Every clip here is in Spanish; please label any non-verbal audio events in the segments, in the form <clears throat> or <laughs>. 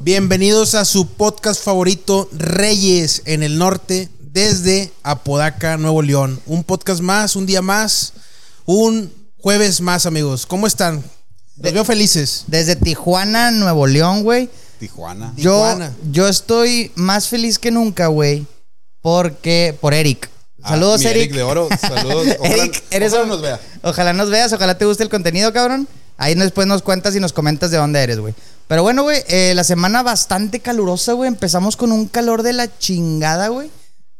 Bienvenidos a su podcast favorito, Reyes en el Norte, desde Apodaca, Nuevo León. Un podcast más, un día más, un jueves más, amigos. ¿Cómo están? Los veo felices. Desde Tijuana, Nuevo León, güey. Tijuana. Yo, Tijuana. yo estoy más feliz que nunca, güey. Porque, por Eric. Saludos, Ah, mi Eric. de Oro, saludos. <laughs> Ojalá, Eric, eres ojalá un- nos vea. Ojalá nos veas, ojalá te guste el contenido, cabrón. Ahí después nos cuentas y nos comentas de dónde eres, güey. Pero bueno, güey, eh, la semana bastante calurosa, güey. Empezamos con un calor de la chingada, güey.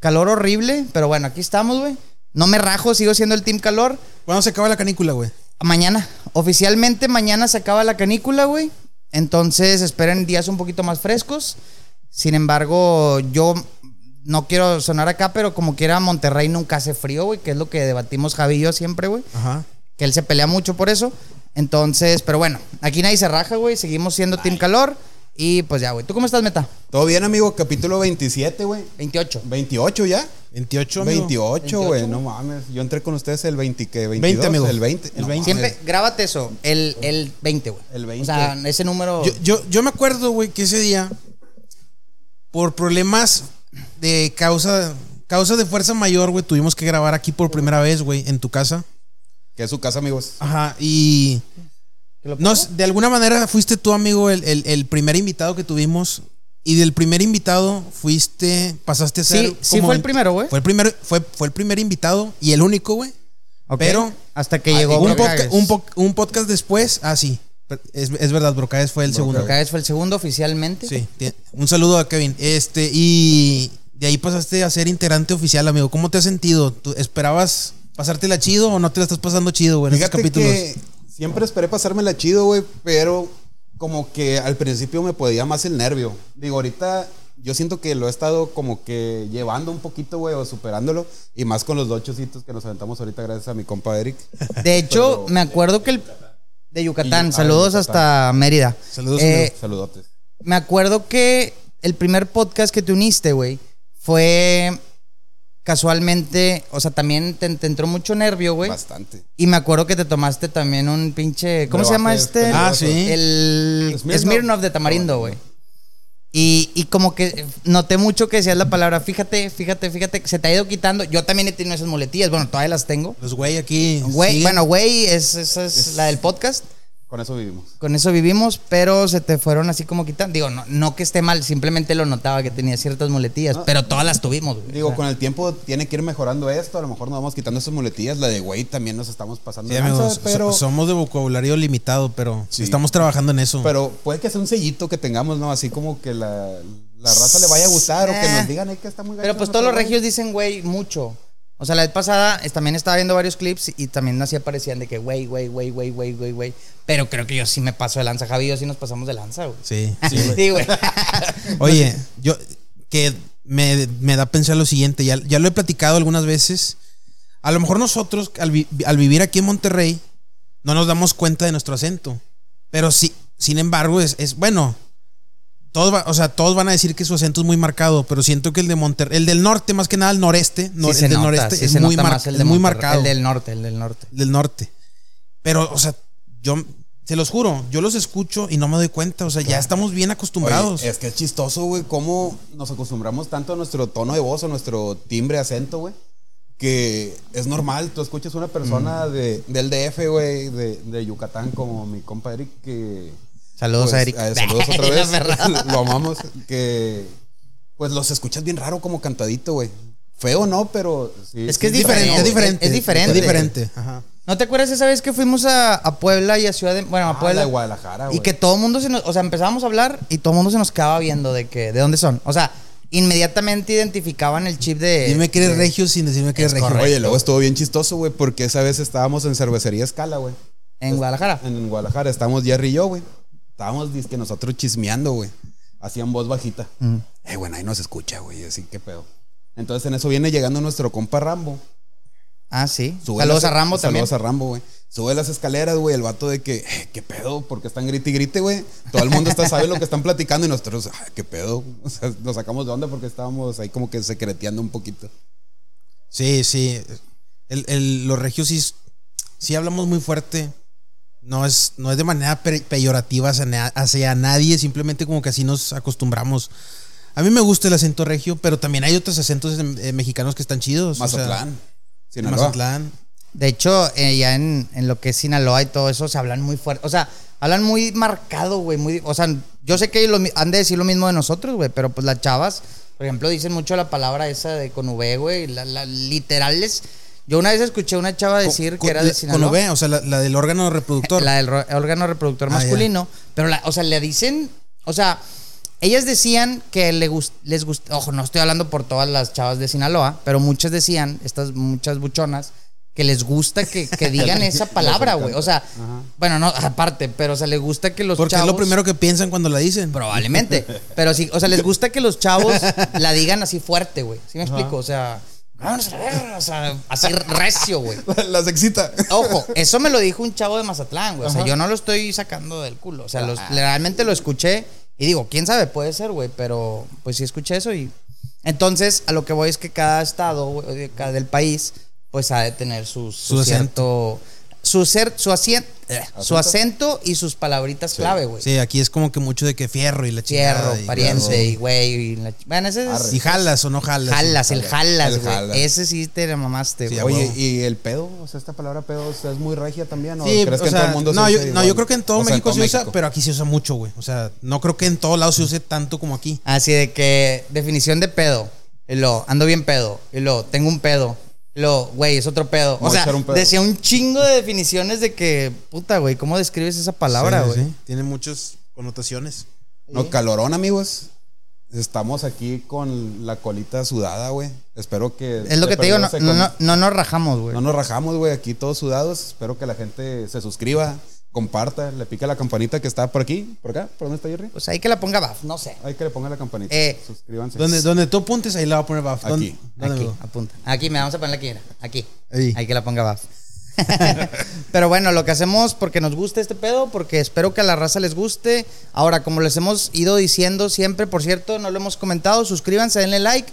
Calor horrible, pero bueno, aquí estamos, güey. No me rajo, sigo siendo el team calor. ¿Cuándo se acaba la canícula, güey? Mañana, oficialmente mañana se acaba la canícula, güey. Entonces esperen días un poquito más frescos. Sin embargo, yo no quiero sonar acá, pero como quiera, Monterrey nunca hace frío, güey, que es lo que debatimos Javi y yo siempre, güey. Ajá. Que él se pelea mucho por eso. Entonces, pero bueno, aquí nadie se raja, güey. Seguimos siendo Team Calor. Y pues ya, güey. ¿Tú cómo estás, Meta? Todo bien, amigo. Capítulo 27, güey. 28. 28 ya. 28, amigo. 28, 28, güey. güey. No mames. Yo entré con ustedes el 20, que 22, 20, amigo. El 20. El No 20. Siempre, grábate eso. El, el 20, güey. El 20. O sea, ese número... Yo, yo, yo me acuerdo, güey, que ese día, por problemas de causa, causa de fuerza mayor, güey, tuvimos que grabar aquí por primera vez, güey, en tu casa. Que es su casa, amigos. Ajá, y... ¿Te lo No, pongo? de alguna manera fuiste tú, amigo, el, el- el primer invitado que tuvimos. Y del primer invitado fuiste, pasaste a Sí, ser. sí fue el primero, güey. Fue el primer, fue, fue el primer invitado y el único, güey. Ok. Pero- Hasta que llegó... un, Bro podca- Cagues. un po- un podcast después, ah, sí. per- Es, es verdad, Brocaes fue el segundo. Pero cada vez fue el segundo oficialmente. Sí, ti- un saludo a Kevin. Este, y de ahí pasaste a ser integrante oficial, amigo. ¿Cómo te has sentido? ¿Tú ¿Esperabas pasártela chido o no te la estás pasando chido, güey, en estos Fíjate capítulos? que siempre esperé pasármela chido, güey, pero como que al principio me podía más el nervio. Digo, ahorita yo siento que lo he estado como que llevando un poquito, güey, o superándolo. Y más con los dos chocitos que nos aventamos ahorita gracias a mi compa Eric. De hecho, Pero- me acuerdo que el... De Yucatán. Y- ah, Saludos de Yucatán. hasta Mérida. Saludos, Eh, Saludotes. Me acuerdo que el primer podcast que te uniste, güey, fue casualmente, o sea, también te, te entró mucho nervio, güey. Bastante. Y me acuerdo que te tomaste también un pinche, ¿cómo Pero se llama hace- este? pero Ah, hace- sí. El ¿Eh? Smirnoff. Smirnoff de Tamarindo, güey. Y, y como que noté mucho que decías la palabra, fíjate, fíjate, fíjate, se te ha ido quitando. Yo también he tenido esas muletillas, bueno, todavía las tengo. Los güey aquí. Güey, siguen. bueno, güey, es- esa es la del podcast. Con eso vivimos. Con eso vivimos, pero se te fueron así como quitando. Digo, no, no que esté mal, simplemente lo notaba que tenía ciertas muletillas, No. pero todas las tuvimos, güey. O Digo, sea, con el tiempo tiene que ir mejorando esto. A lo mejor nos vamos quitando esas muletillas. La de güey también nos estamos pasando. Sí, de lanza, amigos, so- pero, somos de vocabulario limitado, pero Sí. estamos trabajando en eso. pero puede que sea un sellito que tengamos, ¿no? Así como que la, la raza le vaya a gustar o que Eh. nos digan, "Ey, que está muy Pero gacho pues nuestro todos los güey". regios dicen, güey, mucho. O sea, la vez pasada es- también estaba viendo varios clips y también así aparecían de que, güey, güey, güey, güey, güey, güey, güey. Pero creo que yo sí me paso de lanza, Javi, yo sí nos pasamos de lanza, güey. sí. <laughs> Sí, güey. <laughs> Oye, yo que me, me da a pensar lo siguiente, ya, ya lo he platicado algunas veces. A lo mejor nosotros, al, vi- al vivir aquí en Monterrey, no nos damos cuenta de nuestro acento. Pero sí, sin embargo, es, es bueno. Todos, va- o sea, todos van a decir que su acento es muy marcado, pero siento que el de Monterrey, el del norte, más que nada el noreste, no, Sí el se del nota, noreste sí es, se muy, nota mar- más el es de muy Monterrey- marcado El del norte, el del norte. del norte. Pero, o sea, yo se los juro, yo los escucho y no me doy cuenta. O sea, ya estamos bien acostumbrados. Oye, es que es chistoso, güey, cómo nos acostumbramos tanto a nuestro tono de voz o nuestro timbre, acento, güey. Que es normal, tú escuchas una persona Mm. de, del DF, güey, de, de Yucatán, como mi compa Eric, que. Saludos pues, a Eric. eh, saludos <laughs> otra La vez. perra. <laughs> Lo amamos. Que. Pues los escuchas bien raro, como cantadito, güey. Feo, no, pero. sí, Es que sí, es diferente, güey. es diferente. es diferente. Es diferente. Ajá. ¿No te acuerdas esa vez que fuimos a, a Puebla y a Ciudad de... Bueno, a Ah, Puebla. la de Guadalajara, Y güey. que todo el mundo se nos... O sea, empezábamos a hablar y todo el mundo se nos quedaba viendo de que... ¿De dónde son? O sea, inmediatamente identificaban el chip de... Dime que de- eres regio sin decirme que eres Es regio. correcto. Oye, luego estuvo bien chistoso, güey, porque esa vez estábamos en cervecería Escala, güey. En Guadalajara. En Guadalajara, estábamos Jerry y yo, güey. Estábamos, dizque nosotros chismeando, güey. Hacían voz bajita. Eh, bueno, ahí nos escucha, güey. Así, qué pedo. Entonces, en eso viene llegando nuestro compa Rambo. Ah, sí. Sube saludos las- a Rambo también. Saludos a Rambo, güey. Sube las escaleras, güey. El vato de que, eh, qué pedo, porque están grite y grite, güey. Todo el mundo está sabe lo que están platicando y nosotros, ah, qué pedo. O sea, nos sacamos de onda porque estábamos ahí como que secreteando un poquito. Sí, sí. El- el- los regios sí, sí hablamos muy fuerte. No es, no es de manera pe- peyorativa hacia, na- hacia nadie, simplemente como que así nos acostumbramos. A mí me gusta el acento regio, pero también hay otros acentos eh, mexicanos que están Pues, chidos. o sea, Mazatlán. Sinaloa. <laughs> Mazatlán. De hecho, eh, ya en, en lo que es Sinaloa y todo eso, se hablan muy fuerte. O sea, hablan muy marcado, güey. Muy, o sea, yo sé que ellos lo mi- han de decir lo mismo de nosotros, güey, pero pues las chavas, por ejemplo, dicen mucho la palabra esa de con V, güey. La, la- literales. Yo una vez escuché a una chava decir Con- que era la- de Sinaloa. Con V, o sea, la, la del órgano reproductor. <laughs> La del ro- órgano reproductor Ah, ya. masculino. Pero, la, o sea, le dicen. O sea, ellas decían que le gus- les gusta. Ojo, no estoy hablando por todas las chavas de Sinaloa, pero muchas decían, estas muchas buchonas, que les gusta que, <laughs> que digan esa palabra, güey. O sea, bueno, no, aparte, pero, o sea, les gusta que los porque chavos. es lo primero que piensan cuando la dicen. Probablemente. Pero sí, o sea, les gusta que los chavos la digan así fuerte, güey. ¿Sí me explico? O sea. Vamos a ver, o sea, así recio, güey. Las excita. Ojo, eso me lo dijo un chavo de Mazatlán, güey. O sea, yo no lo estoy sacando del culo. O sea, Ah. los- realmente lo escuché y digo, quién sabe, puede ser, güey. Pero pues sí escuché eso y. Entonces, a lo que voy es que cada estado, güey, de cada del país, pues ha de tener sus- su, Su acento. Su, ser, su, acien- eh, su acento y sus palabritas clave, güey. Sí, aquí es como que mucho de que fierro y la pues. Fierro, chingada. y- pariente y güey. y la ch- Bueno, ese Y es. jalas o no jalas. Jalas, el jalas, El güey. jalas. Ese sí te la mamaste, Sí, güey. a Oye, huevo. ¿y el pedo? O sea, esta palabra pedo o sea, es muy regia también. ¿o Sí, crees o que en todo sea, el mundo se no, usa yo, no, igual? yo creo que en todo O sea, México se usa, México. pero aquí se usa mucho, güey. O sea, no creo que en todos lados se use tanto como aquí. Así de que definición de pedo. Y lo ando bien pedo. Y lo tengo un pedo. Y lo güey, es otro pedo. Voy O a sea, echar un pedo. decía un chingo de definiciones de que, puta, güey, ¿cómo describes esa palabra, Sí, güey? sí, Tiene muchas connotaciones. No, calorón, amigos. Estamos aquí con la colita sudada, güey. Espero que. Es lo que te digo, no, se no, con- no- no nos rajamos, güey. no nos rajamos, güey. Aquí todos sudados. Espero que la gente se suscriba, comparta, le pique la campanita que está por aquí, por acá, por dónde está Jerry. Pues hay que la ponga baf, no sé. Hay que le ponga la campanita. Eh, Suscríbanse. Donde, donde tú apuntes, ahí la va a poner Baf. ¿Dónde- Aquí. dónde Aquí, veo? apunta. Aquí me vamos a poner la quiera. Aquí. Ahí. Hay que la ponga baf. <laughs> Pero bueno, lo que hacemos porque nos gusta este pedo, porque espero que a la raza les guste. Ahora, como les hemos ido diciendo siempre, por cierto, no lo hemos comentado, suscríbanse, denle like.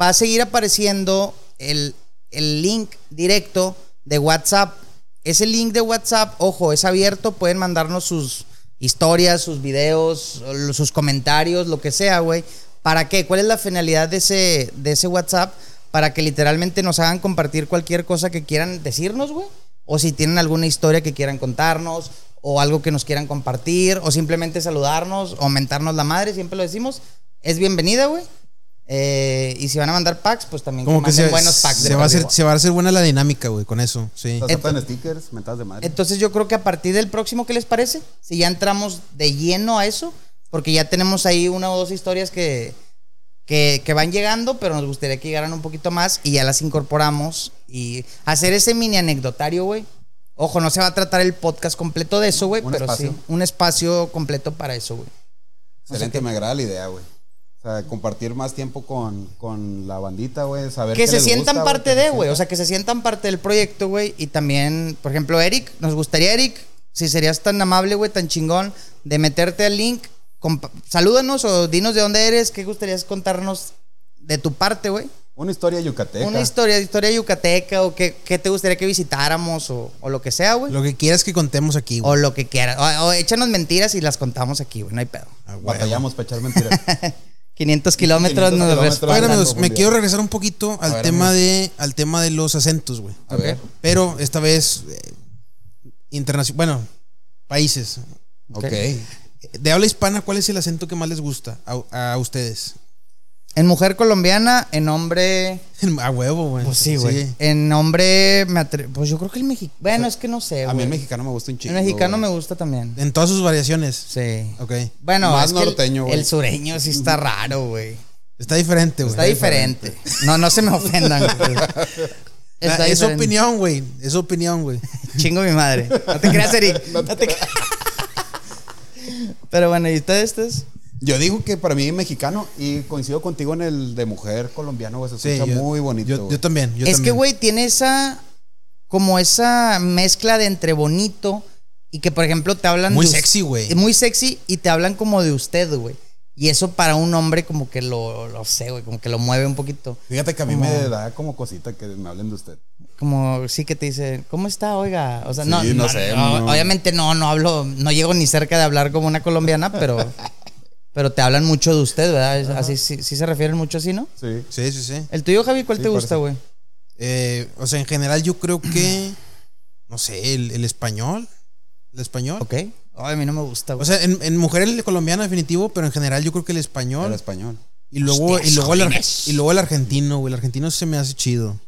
Va a seguir apareciendo el, el link directo de WhatsApp. Ese link de WhatsApp, ojo, es abierto, pueden mandarnos sus historias, sus videos, lo- sus comentarios, lo que sea, güey. ¿Para qué? ¿Cuál es la finalidad de ese, de ese WhatsApp? Para que literalmente nos hagan compartir cualquier cosa que quieran decirnos, güey o si tienen alguna historia que quieran contarnos o algo que nos quieran compartir o simplemente saludarnos o mentarnos la madre, siempre lo decimos, es bienvenida, güey. Eh, y si van a mandar packs, pues también Como que que manden se, buenos packs. de se va a perdido. hacer, se va a hacer buena la dinámica, güey, con eso. Sí. Se aceptan stickers, mentadas de madre. Entonces yo creo que a partir del próximo, ¿qué les parece? Si ya entramos de lleno a eso, porque ya tenemos ahí una o dos historias que, que, que van llegando, pero nos gustaría que llegaran un poquito más y ya las incorporamos y hacer ese mini anecdotario, güey. Ojo, no se va a tratar el podcast completo de eso, güey, Un pero espacio. sí, un espacio completo para eso, güey. Excelente, me agrada la idea, güey. O sea, compartir más tiempo con, con la bandita, güey. Saber Que qué se les sientan gusta, parte que de, se güey. O sientan- sea, que se sientan parte del proyecto, güey. Y también, por ejemplo, Eric, nos gustaría, Eric, si serías tan amable, güey, tan chingón, de meterte al link. compa- Salúdanos o dinos de dónde eres, qué gustarías contarnos de tu parte, güey. Una historia yucateca. Una historia, historia yucateca o qué, qué te gustaría que visitáramos o, o lo que sea, güey. Lo que quieras que contemos aquí, güey. O lo que quieras. O, o échanos mentiras y las contamos aquí, güey. No hay pedo. Ah, güey. Batallamos para echar mentiras. 500 500 kilómetros nos kilómetros. respaldan. Oigan, amigos, Hablando, me Julián. quiero regresar un poquito al ver, tema de al tema de los acentos, güey. A ver. Pero esta vez internacional, bueno, países. Ok. De habla hispana, ¿cuál es el acento que más les gusta a, a ustedes? <laughs> En mujer colombiana, en hombre... A huevo, güey. Pues sí, güey. En nombre, me atre- pues yo creo que el mexicano. Bueno, es que no sé, A güey. mí el mexicano me gusta un El chingo. mexicano me güey. gusta también. En todas sus variaciones. Sí. Ok. Bueno, Más es que el- norteño, el, güey. sureño sí está raro, güey. Está diferente, güey. Está diferente. No, no se me ofendan, güey. Ah, Está Es diferente. opinión, güey. Es opinión, güey. Chingo mi madre. No te creas, Eric. No te creas. Pero bueno, ¿y ustedes? ustedes? Yo digo que para mí mexicano y coincido contigo en el de mujer colombiano, güey. Se Sí, escucha yo- muy bonito. Yo, güey. yo también. yo es que, también. güey, tiene esa. Como esa mezcla de entre bonito y que, por ejemplo, te hablan. Muy de us- sexy, güey. Muy sexy y te hablan como de usted, güey. Y eso para un hombre, como que lo, lo sé, güey, como que lo mueve un poquito. Fíjate que a mí me da como cosita que me hablen de usted. como sí que te dice, ¿cómo está? Oiga, o sea, no, Sí, no no- sé, no, no. obviamente no, no hablo, no llego ni cerca de hablar como una colombiana, pero, pero te hablan mucho de usted, ¿verdad? Es- Así sí, sí se refieren mucho así, ¿no? Sí. Sí, sí, sí. El tuyo, Javi, ¿cuál Sí, te por gusta, eso. güey? Eh, o sea, en general yo creo que, <clears throat> no sé, el, el español. El español. Ok. Ay, a mí no me gusta, güey. O sea, en, en mujeres el colombiano definitivo, pero en general yo creo que el Pero español. español. Y luego, Hostias, y luego, el, ar- jóvenes. y luego el argentino, güey. El argentino se me hace chido.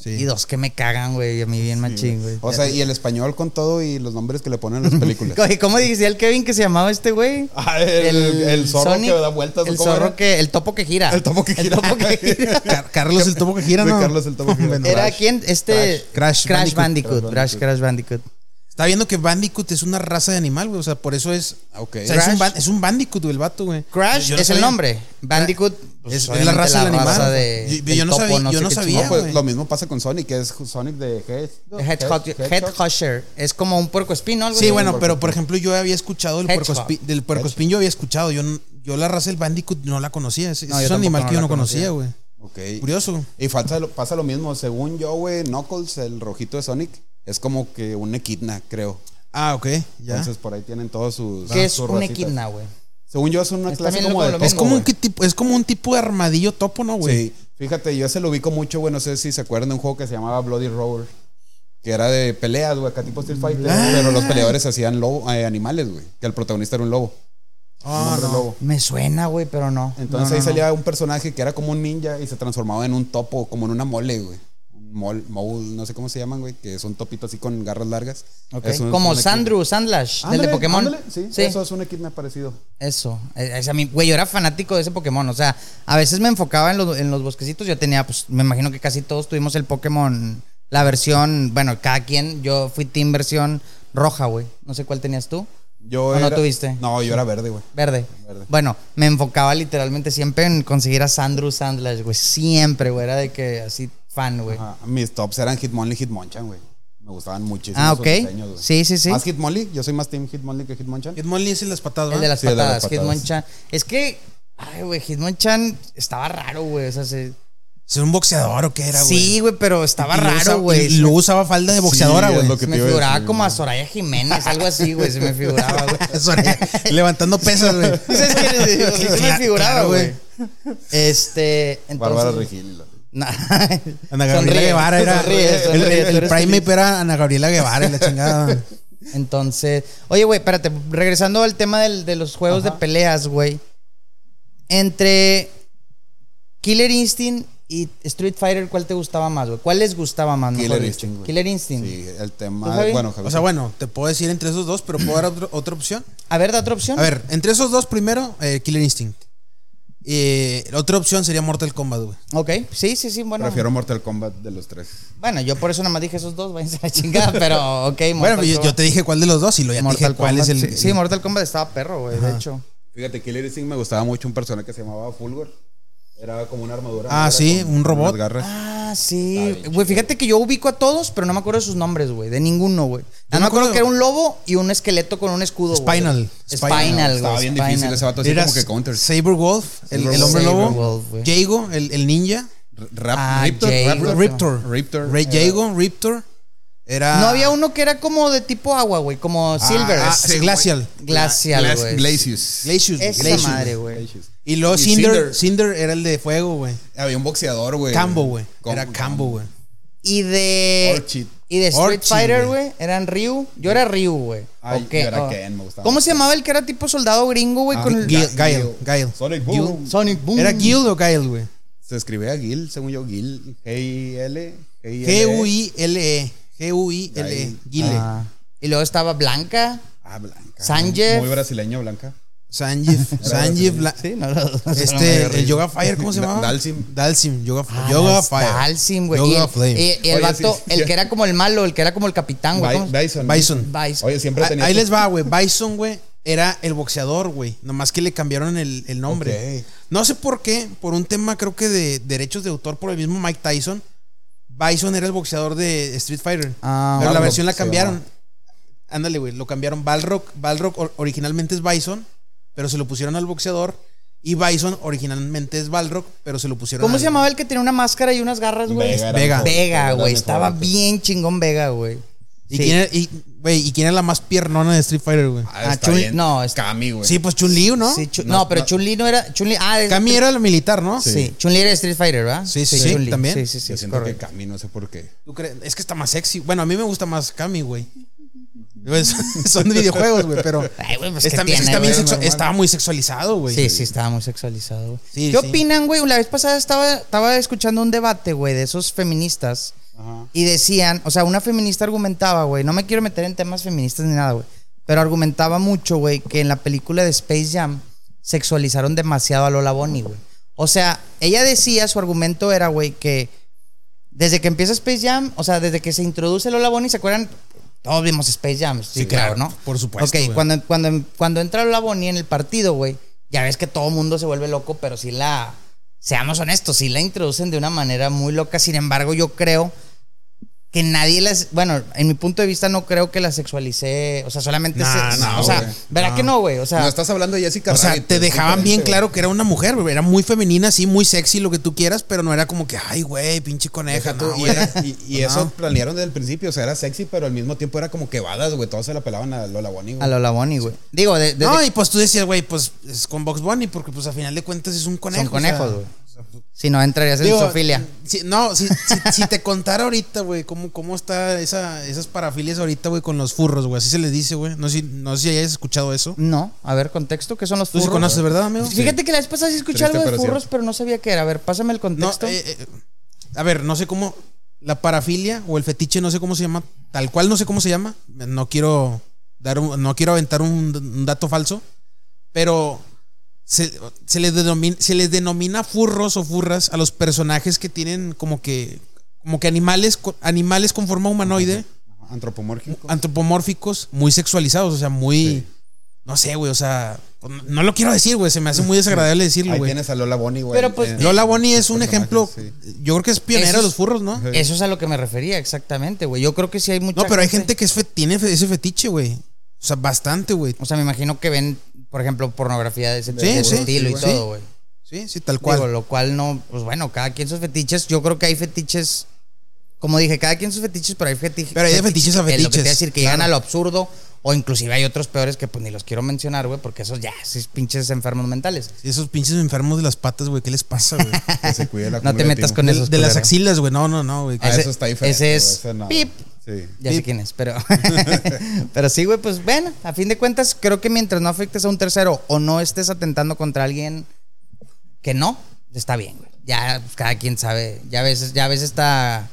Sí. y dos que me cagan, güey, a mí bien machín, güey. O sea, y el español con todo y los nombres que le ponen en <laughs> las películas. Oye, ¿cómo decía el Kevin que se llamaba este güey? Ah, el, el zorro Sonic, que da vueltas. El ¿cómo zorro era? que, el topo que gira. El topo que gira. El topo que <laughs> gira. Car- Carlos el topo que gira, Güey, ¿no? Carlos el topo que gira. Bueno, Era Crash. quién? Este Crash. Crash Crash Bandicoot. Bandicoot. Crash, Crash Bandicoot. Está viendo que Bandicoot es una raza de animal, güey. O sea, por eso es. Ah, Ok. o sea, es un, Crash. ban- es un Bandicoot, güey, el vato, güey. Crash Yo no es el sabía. nombre. Bandicoot pues, Es- es la obviamente raza del animal. raza de- Yo- yo del no sabía- yo sé no qué sabía, No, chingado. güey. pues lo mismo pasa con Sonic, que es Sonic de Hedgehog. Head, Hedgehog. Hedgehog. Es como un puercoespino, algo Sí, así. bueno, Un pero puercoespín. por ejemplo, yo había escuchado el Hedgehog. puercoespín. Del puercoespín yo había escuchado. Yo, n- yo la raza del Bandicoot no la conocía. Es, No, es yo un animal tampoco que yo no la no conocía, conocía. güey. Ok. Curioso. Y pasa lo, pasa lo mismo, según yo, güey, Knuckles, el rojito de Sonic, es como que un equidna, creo. Ah, ok. Ya. Entonces por ahí tienen todos sus. Que es sus un racitas. equidna, güey. Según yo es una Está clase bien como loco de. lo topo, es, como un güey. que tipo, es como un tipo de armadillo topo, ¿no, güey? Sí. Fíjate, yo ese lo ubico mucho, güey. No sé si se acuerdan de un juego que se llamaba Bloody Roar. Que era de peleas, güey, acá tipo Street Fighter. Pero los peleadores se hacían lobo, eh, animales, güey. Que el protagonista era un lobo. Ah, un hombre no. lobo. Me suena, güey, pero no. Entonces No, ahí no, no. salía un personaje que era como un ninja y se transformaba en un topo, como en una mole, güey. Un mol, mole, no sé cómo se llaman, güey. Que es un topito así con garras largas. Ok. Es un- Como un equid- Sandru, Sandlash, del de Ándale, Pokémon. ándale, sí, eso es un equidna parecido. Eso, Eh, es a mí, güey, yo era fanático de ese Pokémon, o sea, a veces me enfocaba en los, en los bosquecitos, yo tenía, pues, me imagino que casi todos tuvimos el Pokémon, la versión, bueno, cada quien, yo fui team versión roja, güey, no sé cuál tenías tú, Yo ¿O no era- tuviste? No, yo era verde, güey. verde. Verde. Bueno, me enfocaba literalmente siempre en conseguir a Sandru Sandlash, güey, siempre, güey, era de que así fan, güey. Ajá, Ah, Mis tops eran Hitmonlee y Hitmonchan, güey. Me gustaban muchísimo. Ah, esos ok. diseños, güey. Sí, sí, sí. Más Hitmonlee. Yo soy más Team Hitmonlee que Hitmonchan. Hitmonlee es el de las patadas, El de las Sí, el de las patadas, patadas. Hitmonchan. Es que, ay, güey, Hitmonchan estaba raro, güey, o sea, se- ¿Es un boxeador o qué era, güey? sí, güey, pero estaba Y lo usa- raro, güey. Y lo usaba falda de boxeadora, Sí, es güey. lo <laughs> Se que me te iba a figuraba decir, como güey. a Soraya Jiménez, algo así, güey. Se me figuraba, güey. <laughs> Levantando pesas, <laughs> güey. ¿Sabes qué? Sí, se me Claro, figuraba, claro, güey. Este, entonces. Bárbara Regil. <laughs> Nah. Ana Gabriela Sonríe, Guevara era. sonríe, el sonríe, el, tú el eres primate feliz. era Ana Gabriela Guevara y la <laughs> chingada. Entonces, oye, güey, espérate. Regresando al tema del- de los juegos de peleas, güey. Entre Killer Instinct y Street Fighter, ¿cuál te gustaba más, güey? ¿Cuál les gustaba más? mejor Killer dicho? Instinct. güey. Killer Instinct. Pues, Sí, el ¿Tú, tema. Javi? Bueno, Javi. O sea, bueno, te puedo decir entre esos dos, pero puedo dar otro- otra opción. A ver, da otra opción. A ver, entre esos dos, primero, eh, Killer Instinct. Eh, la otra opción sería Mortal Kombat, güey. Ok, sí, sí, sí, bueno. prefiero Mortal Kombat de los tres. Bueno, yo por eso nada más dije esos dos, <laughs> váyanse a la chingada, pero ok, Bueno, yo, Kombat. yo te dije cuál de los dos y lo ya te dije Mortal cuál Kombat. es el. sí, sí, Mortal Kombat estaba perro, güey, de hecho. Fíjate, Killer Instinct me gustaba mucho un personaje que se llamaba Fulgor. Era como una armadura. Ah, negra sí, con un robot. unas garras. Ah, Está sí. bien Güey, fíjate que yo ubico a todos, pero no me acuerdo de sus nombres, güey, de ninguno, güey. Nada me me acuerdo acuerdo. que era un lobo y un esqueleto con un escudo, güey. Spinal. Spinal, Spinal, Estaba güey. bien difícil Spinal. ese vato, así Era como que counter. Saber Wolf, el, Saber el hombre Wolf. lobo. Saber Wolf, güey. Jago, el, el ninja. Rap, Ah, Riptor, Jago. Raptor. Eh, Riptor. Riptor. Re- Jago, Riptor. Era. No Ah. había uno que era como de tipo agua, güey, como Silver. ah, sí, Glacial. Glacial, Gla- güey. Glacius. Glacius. Esa Glacius. madre, güey. Glacius. Y luego Y Cinder, Cinder. Cinder era el de fuego, güey. Había un boxeador, güey. Cambo, güey. Com- Era Cambo, güey. Y de. Orchid. Y de Street Orchid, Fighter, güey. güey. Eran Ryu. Yo era Ryu, güey. Ay, Ok, yo era oh. Ken, me gustaba ¿Cómo mucho. se llamaba el que era tipo soldado gringo, güey? Ah, con el- Gil- Gil. Gail, Gail. Sonic Gil- Boom. Sonic Boom. ¿Era Guild o Gail, güey? Se escribía Gil, según yo, Gil. G-I-L. G-U-I-L-E. G-U-I-L-E. Gail. Guile. E. Ah. Y luego estaba Blanca. Ah, Blanca. Sanjeev. Muy brasileño, Blanca. Sanjif. <laughs> Sanjif. Bla- Sí, no, no, no, no me Este, acuerdo. el Yoga Fire, ¿cómo se Da- llamaba? Dalsim. Dalsim, Yoga, Ah, Yoga está Fire. Alcim, güey. Y Yoga el- eh, Flame. y- y el Oye, vato, sí, el sí. que era como el malo, el que era como el capitán, güey. ¿cómo se- Bison. Bison. Bison. Oye, siempre Ah, tenía. Ahí les va, güey. Bison, güey, era el boxeador, güey. Nomás que le cambiaron el, el nombre. Ok. No sé por qué, por un tema creo que de derechos de autor por el mismo Mike Tyson. Bison era el boxeador de Street Fighter. Ah, pero la Balrog versión la se cambiaron. llamaba. Ándale, güey, lo cambiaron. Balrog, Balrog or- originalmente es Bison, pero se lo pusieron al boxeador. Y Bison originalmente es Balrog, pero se lo pusieron. ¿Cómo al- se llamaba el que tenía una máscara y unas garras, güey? Vega. era mi favorito, Vega, era güey. mi Estaba favorito. bien chingón Vega, güey. ¿Y, Sí. quién es, y, güey, ¿Y quién es la más piernona de Street Fighter, güey? Ah, Ah, está Chun- bien. no, es- Cami, güey. Sí, pues Chun-Li, ¿no? Sí, Chu- no, No, pero no. Chun-Li no era. Chun-Li ah, es- Kami era el militar, ¿no? Sí, Chun-Li era de Street Fighter, ¿verdad? Sí, sí, sí, Chun-Li. también. Sí, sí, sí. Yo es siento que correcto. Cami, no sé por qué. ¿Tú crees? Es que está más sexy. Bueno, a mí me gusta más Kami, güey. Pues, <laughs> son videojuegos, güey, pero. Ay, güey, pues, está, ¿qué tiene, está bien güey? sexu- Normal. estaba muy sexualizado, güey. Sí, sí, estaba muy sexualizado. güey. Sí, ¿Qué sí. opinan, güey? La vez pasada estaba, estaba escuchando un debate, güey, de esos feministas. Ajá. Y decían, o sea, una feminista argumentaba, güey, no me quiero meter en temas feministas ni nada, güey, pero argumentaba mucho, güey, que en la película de Space Jam sexualizaron demasiado a Lola Bonnie, güey. O sea, ella decía, su argumento era, güey, que desde que empieza Space Jam, o sea, desde que se introduce Lola Bonnie, ¿se acuerdan? Todos vimos Space Jam, sí, Sí, claro, claro, ¿no? por supuesto, Ok, güey. cuando, cuando, cuando entra Lola Bonnie en el partido, güey, ya ves que todo mundo se vuelve loco, pero sí la. Seamos honestos, sí la introducen de una manera muy loca. Sin embargo, yo creo que nadie las. Bueno, en mi punto de vista, no creo que la sexualicé. O sea, solamente. Nah, se- no, o sea, güey. ¿verdad No. que no, güey? O sea, no, estás hablando de Jessica O sea, Rabbit, te es dejaban bien diferente, claro que era una mujer, güey. Era muy femenina, sí, muy sexy, lo que tú quieras, pero no era como que, ay, güey, pinche coneja, Deja tú, no, y güey. era- y, <laughs> y No. eso planearon desde el principio, o sea, era sexy, pero al mismo tiempo era como que badas, güey. Todos se la pelaban a Lola Bonnie, a güey. Lola Bonnie, güey. Digo, de, desde- No, y pues tú decías, güey, pues es con Box Bunny, porque pues a final de cuentas es un conejo. son o sea, conejos, güey. Si no, entrarías en digo, eh, zoofilia. si- no, si, si- si te contara ahorita, güey, cómo, cómo está esa, esas parafilias ahorita, güey, con los furros, güey. Así se les dice, güey. No sé, si- no sé si hayas escuchado eso. No, a ver, contexto, ¿qué son los Tú furros? sí conoces, ¿verdad, amigo? Fíjate que la vez pasada sí escuché Triste, algo de pero furros, cierto. pero no sabía qué era. A ver, pásame el No, contexto. eh, eh, a ver, no sé cómo. La parafilia o el fetiche, no sé cómo se llama. Tal cual, no sé cómo se llama. No quiero dar un- no quiero aventar un, un dato falso. Pero se, se les denomina, se les denomina furros o furras a los personajes que tienen como que. Como que animales, co- animales con forma humanoide, Ajá, Antropomórfico. antropomórficos, muy sexualizados, o sea, muy. Sí. No sé, güey, o sea. No, no lo quiero decir, güey, se me hace <laughs> muy desagradable decirlo, Ahí güey. tienes a Lola Bonnie, güey. Pero, pues, Eh, Lola Bonnie es sus un personajes, ejemplo. <laughs> sí. Yo creo que es pionera Eso de es- los furros, ¿no? Ajá. Eso es a lo que me refería, exactamente, güey. Yo creo que sí hay mucha No, pero hay gente que es fe- tiene fe- ese fetiche, güey. O sea, bastante, güey. O sea, me imagino que ven, por ejemplo, pornografía de ese Sí, tipo, sí, estilo y sí. todo, güey. Sí, sí, tal Digo, cual. lo cual no, pues bueno, cada quien sus fetiches. Yo creo que hay fetiches, como dije, cada quien sus fetiches, pero hay fetiches. Pero hay de fetiches a Lo que te iba a fetiches, decir, que llegan a lo absurdo, o inclusive hay otros peores que pues ni los quiero mencionar, güey, porque esos ya, esos pinches enfermos mentales. Sí, Esos pinches enfermos de las patas, güey, ¿qué les pasa, <laughs> güey? Que se cuide la No te metas acumulativa. con de, esos de las culeros. axilas, güey. No, no, no, güey. Ah, Ese- eso está ese diferente. es güey, no. pip. Sí. Ya sé quién es, <laughs> pero. <laughs> pero sí, güey, pues bueno, a fin de cuentas, creo que mientras no afectes a un tercero o no estés atentando contra alguien que no, está bien, güey. Ya pues, cada quien sabe. Ya a veces, ya a veces está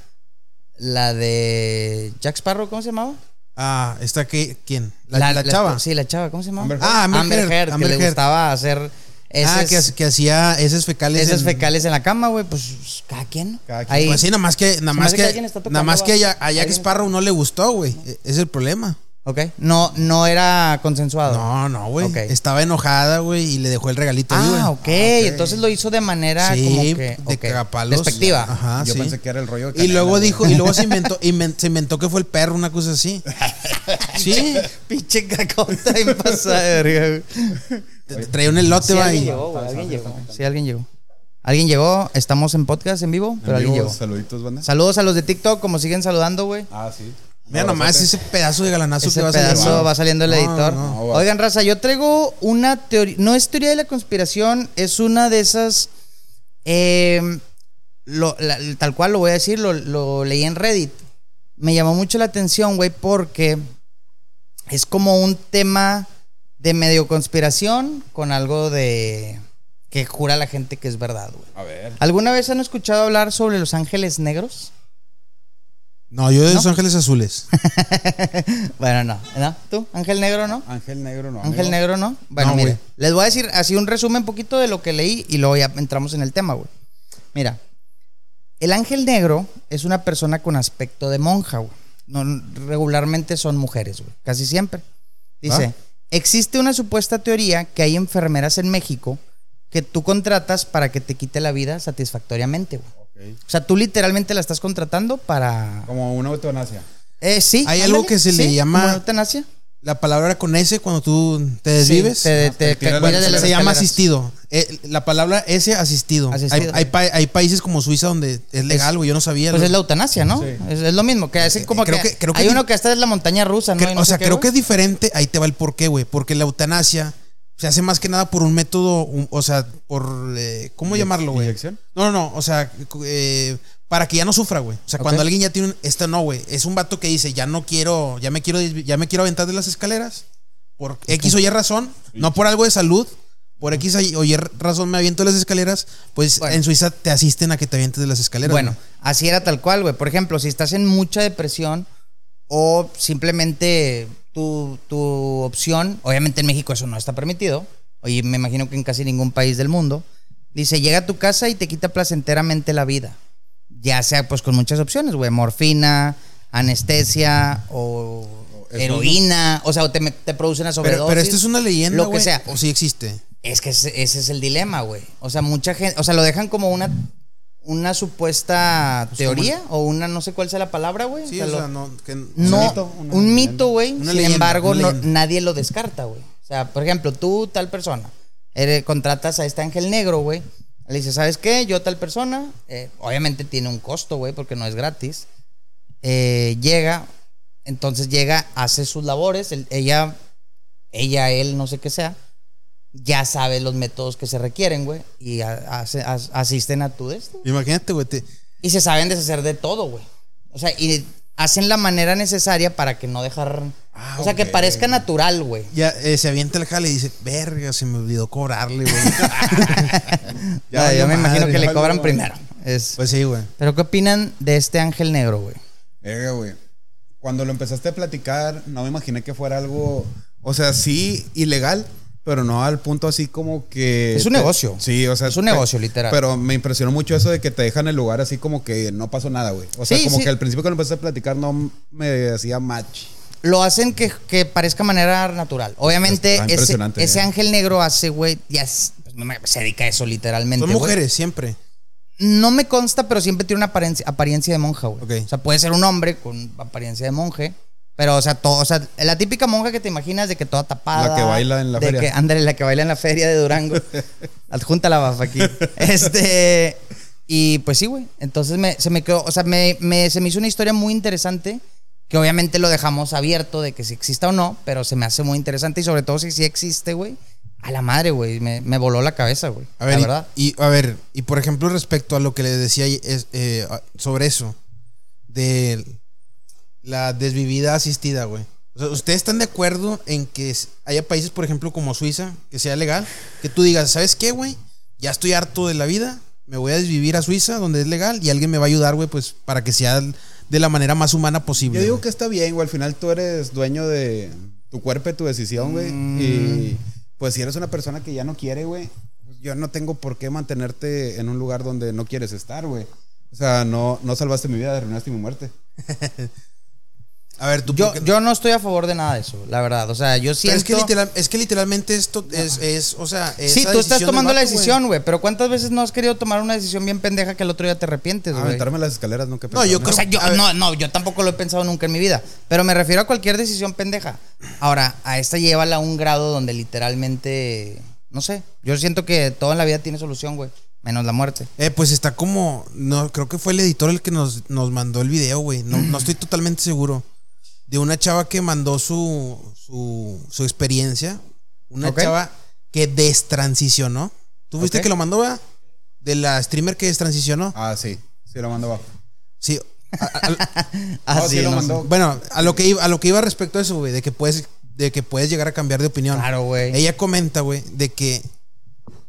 la de Jack Sparrow, ¿cómo se llamaba? Ah, ¿está qué? ¿Quién? La, la chava. Sí, la chava, ¿cómo se llamaba? Amber Heard. Ah, Amber Heard, Heard, que Amber le Heard. gustaba hacer esas, ah, que, hace- que hacía esos fecales. esas en- fecales en la cama, güey. Pues cada quien. ¿no? Cada quien. Ahí- Pues sí, nada más que, nada Se me más hace que que, alguien está tocando nada más que a, abajo. a Jack Alguien- Sparrow no le gustó, güey. E- Es el problema. Ok. No, no era consensuado. No, no, güey. Ah, Ok. Estaba enojada, güey, y le dejó el regalito ahí, güey. Ah, ok. Entonces lo hizo de manera eh. Sí, como que de ok. cagapalos. despectiva. <laughs> Ajá, Yo Ah, sí. pensé que era el rollo de Y Canela, luego güey. dijo, y luego se inventó, inven- se inventó que fue el perro, una cosa <laughs> así. Sí. Pinche cacota y pasada de verga, güey. Te- Traía un elote, Sí, güey. alguien llegó, güey, alguien llegó. Sí, alguien llegó. Alguien llegó, estamos en podcast en vivo, pero En alguien vivo, llegó. Saluditos, banda. Saludos a los de TikTok, como siguen saludando, güey. Ah, sí. Mira nomás ese pedazo de galanazo Ese que vas a pedazo llevar. va saliendo el No, editor. no, no, va. Oigan, raza, yo traigo una teoría. No es teoría de la conspiración, es una de esas. eh, lo- la- tal cual lo voy a decir, lo, lo leí en Reddit. Me llamó mucho la atención, güey, porque es como un tema de medio conspiración con algo de. que jura la gente que es verdad, güey. A ver. ¿Alguna vez han escuchado hablar sobre los ángeles negros? <laughs> No, yo de Los ¿No? Ángeles <laughs> Azules. Bueno, no. ¿No? ¿Tú? ¿Ángel negro, no? Ángel Negro, no. Ángel amigo. Negro, ¿no? Bueno, No, mira, güey. les voy a decir así un resumen poquito de lo que leí y luego ya entramos en el tema, güey. Mira, el Ángel Negro es una persona con aspecto de monja, güey. No, regularmente son mujeres, güey, casi siempre. Dice, ¿Ah? existe una supuesta teoría que hay enfermeras en México que tú contratas para que te quite la vida satisfactoriamente, güey. Ok. O sea, tú literalmente la estás contratando para... Como una eutanasia. Eh, sí. Hay algo que se le llama- ¿Como eutanasia? La palabra era con S cuando tú te Sí, desvives. te- te- tira te- la- cuidas de se las llama escaleras. asistido. Eh, la palabra S, asistido. Asistido. Hay, hay pa- hay países como Suiza donde es legal, güey. Yo no sabía. Pues lo- es la eutanasia, ¿no? Es, es lo mismo. Que es como Eh, Creo que, que- creo que hay di- uno que hasta es la montaña rusa, ¿no? Cre- Y no o sé sea, qué, creo que güey. es diferente. Ahí te va el porqué, güey. Porque la eutanasia se hace más que nada por un método, un- o sea, por. eh, ¿Cómo llamarlo, güey? inyección? No, no, no. O sea, cu- eh, para que ya no sufra, güey. O sea, Ok. cuando alguien ya tiene un. Esta no, güey. Es un vato que dice, ya no quiero, ya me quiero, desvi- ya me quiero aventar de las escaleras. Por X o Y razón. No por algo de salud. Por X o Y razón me aviento de las escaleras. Pues Bueno. en Suiza te asisten a que te avientes de las escaleras. Bueno, güey. así era tal cual, güey. Por ejemplo, si estás en mucha depresión o simplemente tu, tu opción, obviamente en México eso no está permitido, oye, me imagino que en casi ningún país del mundo, dice, llega a tu casa y te quita placenteramente la vida. Ya sea pues con muchas opciones, güey, morfina, anestesia o heroína, o sea, o te, me- te produce una sobredosis. pero, pero esto es una leyenda, Lo que güey, sea. O sí existe. Es que ese, ese es el dilema, güey. O sea, mucha gente, o sea, lo dejan como una una supuesta teoría o una no sé cuál sea la palabra, güey. O Pues, Sí, sea, o lo- sea, no. que- no, un mito, una un leyenda. mito, güey. Sin Una leyenda, embargo, una no- leyenda. nadie lo descarta, güey. O sea, por ejemplo, tú tal persona, eres- contratas a este ángel negro, güey. Le dices, ¿sabes qué? Yo tal persona, eh, obviamente tiene un costo, güey, porque no es gratis. Eh, llega, entonces llega, hace sus labores, él- ella, ella, él, no sé qué sea, ya sabe los métodos que se requieren, güey, y a- hace- as- asisten a tu destino. Imagínate, güey. te- Y se saben deshacer de todo, güey. O sea, y hacen la manera necesaria para que no dejar. o sea, que ok. parezca natural, güey. Ya eh, se avienta el jale y dice, verga, se me olvidó cobrarle, <laughs> güey. No, valió yo madre, me imagino que ya le valió cobran madre. primero. Es- pues sí, güey. Pero ¿qué opinan de este ángel negro, güey? Verga, güey. Cuando lo empezaste a platicar, no me imaginé que fuera algo. O sea, sí, ilegal, pero no al punto así como que. Es un negocio. Sí, o sea. Es un te- negocio, literal. Pero me impresionó mucho eso de que te dejan el lugar así como que no pasó nada, güey. O sea, Sí, como sí. que al principio cuando empezaste a platicar no me hacía match. Lo hacen que, que parezca manera natural. Obviamente, Está ese, impresionante, ese eh. ángel negro hace, güey, ya es- pues, no me- se dedica a eso literalmente. Son güey. mujeres, siempre. No me consta, pero siempre tiene una apariencia, apariencia de monja, güey. Ok. O sea, puede ser un hombre con apariencia de monje. Pero, o sea, todo, o sea, la típica monja que te imaginas de que toda tapada. La que baila en la de feria. que- ándale, la que baila en la feria de <laughs> Durango. Adjunta la bafa aquí. Este. Y pues sí, güey. Entonces me, se me quedó, o sea, me, me- se me hizo una historia muy interesante. Que obviamente lo dejamos abierto de que si exista o no, pero se me hace muy interesante y sobre todo si sí existe, güey. A la madre, güey. Me, me voló la cabeza, güey. A ver, la y- verdad. Y, a ver, y por ejemplo, respecto a lo que le decía es, eh, a- sobre eso, de la desvivida asistida, güey. O sea, ¿ustedes están de acuerdo en que s- haya países, por ejemplo, como Suiza, que sea legal? Que tú digas, ¿sabes qué, güey? Ya estoy harto de la vida, me voy a desvivir a Suiza, donde es legal, y alguien me va a ayudar, güey, pues para que sea de la manera más humana posible. Yo digo güey. que está bien, güey. Al final tú eres dueño de tu cuerpo y tu decisión, güey. Mm. Y pues si eres una persona que ya no quiere, güey, pues, yo no tengo por qué mantenerte en un lugar donde no quieres estar, güey. O sea, no, no salvaste mi vida, arruinaste mi muerte. A ver, tú Yo, por qué- yo no estoy a favor de nada de eso, la verdad. O sea, yo Pero siento. es que, literal- es que literalmente esto es, es, o sea... Sí, esa tú decisión estás del tomando la vato, güey. decisión, güey. Pero ¿cuántas veces no has querido tomar una decisión bien pendeja que el otro día te arrepientes, güey? Aventarme las escaleras nunca No, yo O sea, creo- yo, a ver. no, no, yo tampoco lo he pensado nunca en mi vida. Pero me refiero a cualquier decisión pendeja. Ahora, a esta llévala a un grado donde literalmente. No sé. Yo siento que todo en la vida tiene solución, güey. Menos la muerte. Eh, pues está como. No, creo que fue el editor el que nos, nos mandó el video, güey. No, no estoy totalmente seguro. De una chava que mandó su, su, su experiencia. Una Ok. chava que destransicionó. ¿Tú fuiste Ok. que lo mandó, verdad? De la streamer que destransicionó. Ah, sí. Sí, lo mando abajo. Sí. A- a- Ah, sí, lo no mandó. bueno, a lo, que iba, a lo que iba respecto a eso, güey, de que puedes, de que puedes llegar a cambiar de opinión. Claro, güey. Ella comenta, güey, de que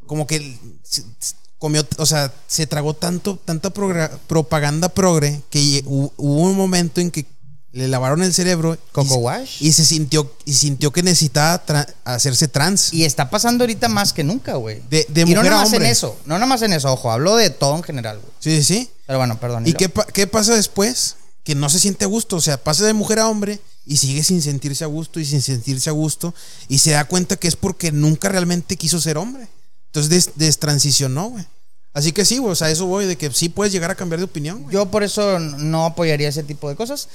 como que se- se comió, o sea, se tragó tanto, tanta progra- propaganda progre que lle- hu- hubo un momento en que le lavaron el cerebro. y Coco se- Wash. Y se sintió, y sintió que necesitaba tra- hacerse trans. Y está pasando ahorita más que nunca, güey. De- de y no mujer nada a más en hombre. eso. No nada más en eso, ojo. Hablo de todo en general, güey. sí, sí, sí. Pero bueno, perdón. ¿Y lo- qué, pa- qué pasa después? Que no se siente a gusto, o sea, pasa de mujer a hombre y sigue sin sentirse a gusto y sin sentirse a gusto y se da cuenta que es porque nunca realmente quiso ser hombre. Entonces des- destransicionó, güey. Así que sí, güey, o sea, eso voy de que sí puedes llegar a cambiar de opinión, güey. Yo por eso no apoyaría ese tipo de cosas.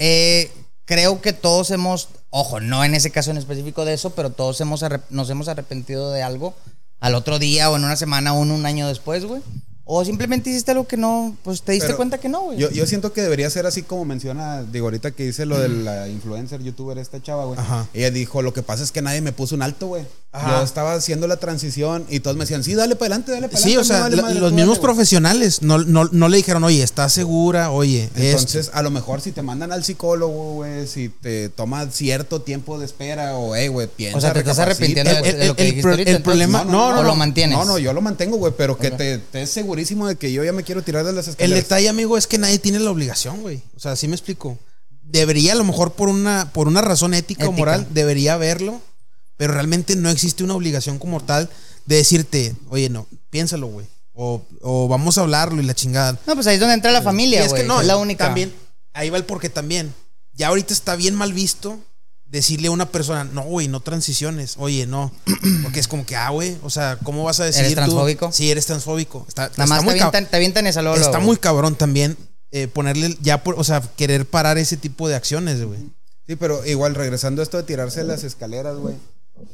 Eh, creo que todos hemos, ojo, no en ese caso en específico de eso, pero todos hemos arrep- nos hemos arrepentido de algo al otro día o en una semana o en un año después, güey. O simplemente hiciste algo que no, pues te diste Pero cuenta que no, güey. Yo, yo siento que debería ser así como menciona, digo, ahorita que dice lo de la influencer, youtuber, esta chava, güey. Ajá. Ella dijo, lo que pasa es que nadie me puso un alto, güey. Ajá. Yo estaba haciendo la transición y todos me decían, sí, dale para adelante, dale para adelante. Sí, o no sea, vale la- madre, los tú mismos dale, güey". profesionales no, no, no le dijeron, oye, ¿estás segura? Oye, Entonces, a lo mejor si te mandan al psicólogo, güey, si te toma cierto tiempo de espera o, hey, güey, piensa. o sea, te estás recapacita". arrepintiendo El- de- el- de lo que el dijiste pro- ahorita, el entonces, problema- no, no, o no. lo mantienes. No, no, yo lo mantengo, güey, pero que Ok. te, te es segurísimo de que yo ya me quiero tirar de las El escaleras. detalle, amigo, es que nadie tiene la obligación, güey. O sea, así me explico. Debería, a lo mejor por una, por una razón ética, o Ética. moral, debería verlo, pero realmente no existe una obligación como tal de decirte, oye, no, piénsalo, güey. O, o vamos a hablarlo y la chingada. No, pues ahí es donde entra la Y familia, es güey. que no, es la única. También, ahí va el porque también. Ya ahorita está bien mal visto decirle a una persona, no, güey, no transiciones, oye, no. Porque es como que, ah, güey, o sea, ¿cómo vas a decir tú? transfóbico? Sí, eres transfóbico. Está, Nada está más te muy cab- avientan, te avientan esa lola. Está muy cabrón también eh, ponerle ya, por- o sea, querer parar ese tipo de acciones, güey. Sí, pero igual regresando a esto de tirarse de las escaleras, güey.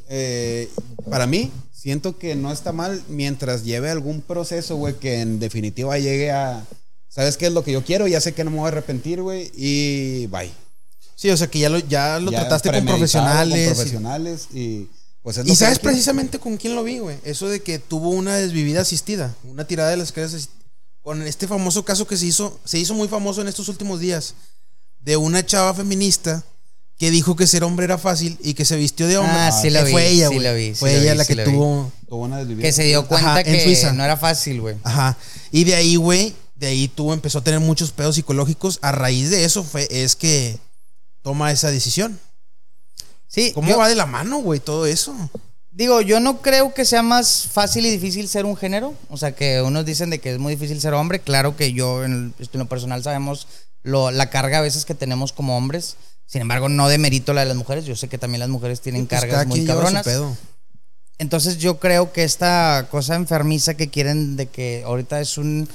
eh, para mí, siento que no está mal mientras lleve algún proceso, güey, que en definitiva llegue a. ¿Sabes qué es lo que yo quiero? Ya sé que no me voy a arrepentir, güey. Y bye. Sí, o sea, que ya lo, ya lo Ya trataste con premeditado, profesionales. Con profesionales y. Pues es Y, lo y que sabes yo quiero. precisamente con quién lo vi, güey. Eso de que tuvo una desvivida asistida, una tirada de las escaleras asist- Con este famoso caso que se hizo, se hizo muy famoso en estos últimos días, de una chava feminista que dijo que ser hombre era fácil y que se vistió de hombre. Ah, sí lo Que vi, Fue ella, sí güey. lo vi, sí fue lo ella vi, la sí que lo vi. tuvo. Tuvo una desvivida. Que se dio cuenta Ajá, en que Suiza. no era fácil, güey. Ajá. Y de ahí, güey, de ahí tú empezó a tener muchos pedos psicológicos. A raíz de eso fue, es que toma esa decisión. Sí, ¿Cómo yo- va de la mano, güey, todo eso? Pues, Digo, yo no creo que sea más fácil y difícil ser un género. O sea, que unos dicen de que es muy difícil ser hombre. Claro que yo, en, el- en lo personal, sabemos lo- la carga a veces que tenemos como hombres. Sin embargo, no demerito la de las mujeres. Yo sé que también las mujeres tienen Pues cargas muy lleva su cabronas. pedo. Entonces, yo creo que esta cosa enfermiza que quieren de que ahorita es un.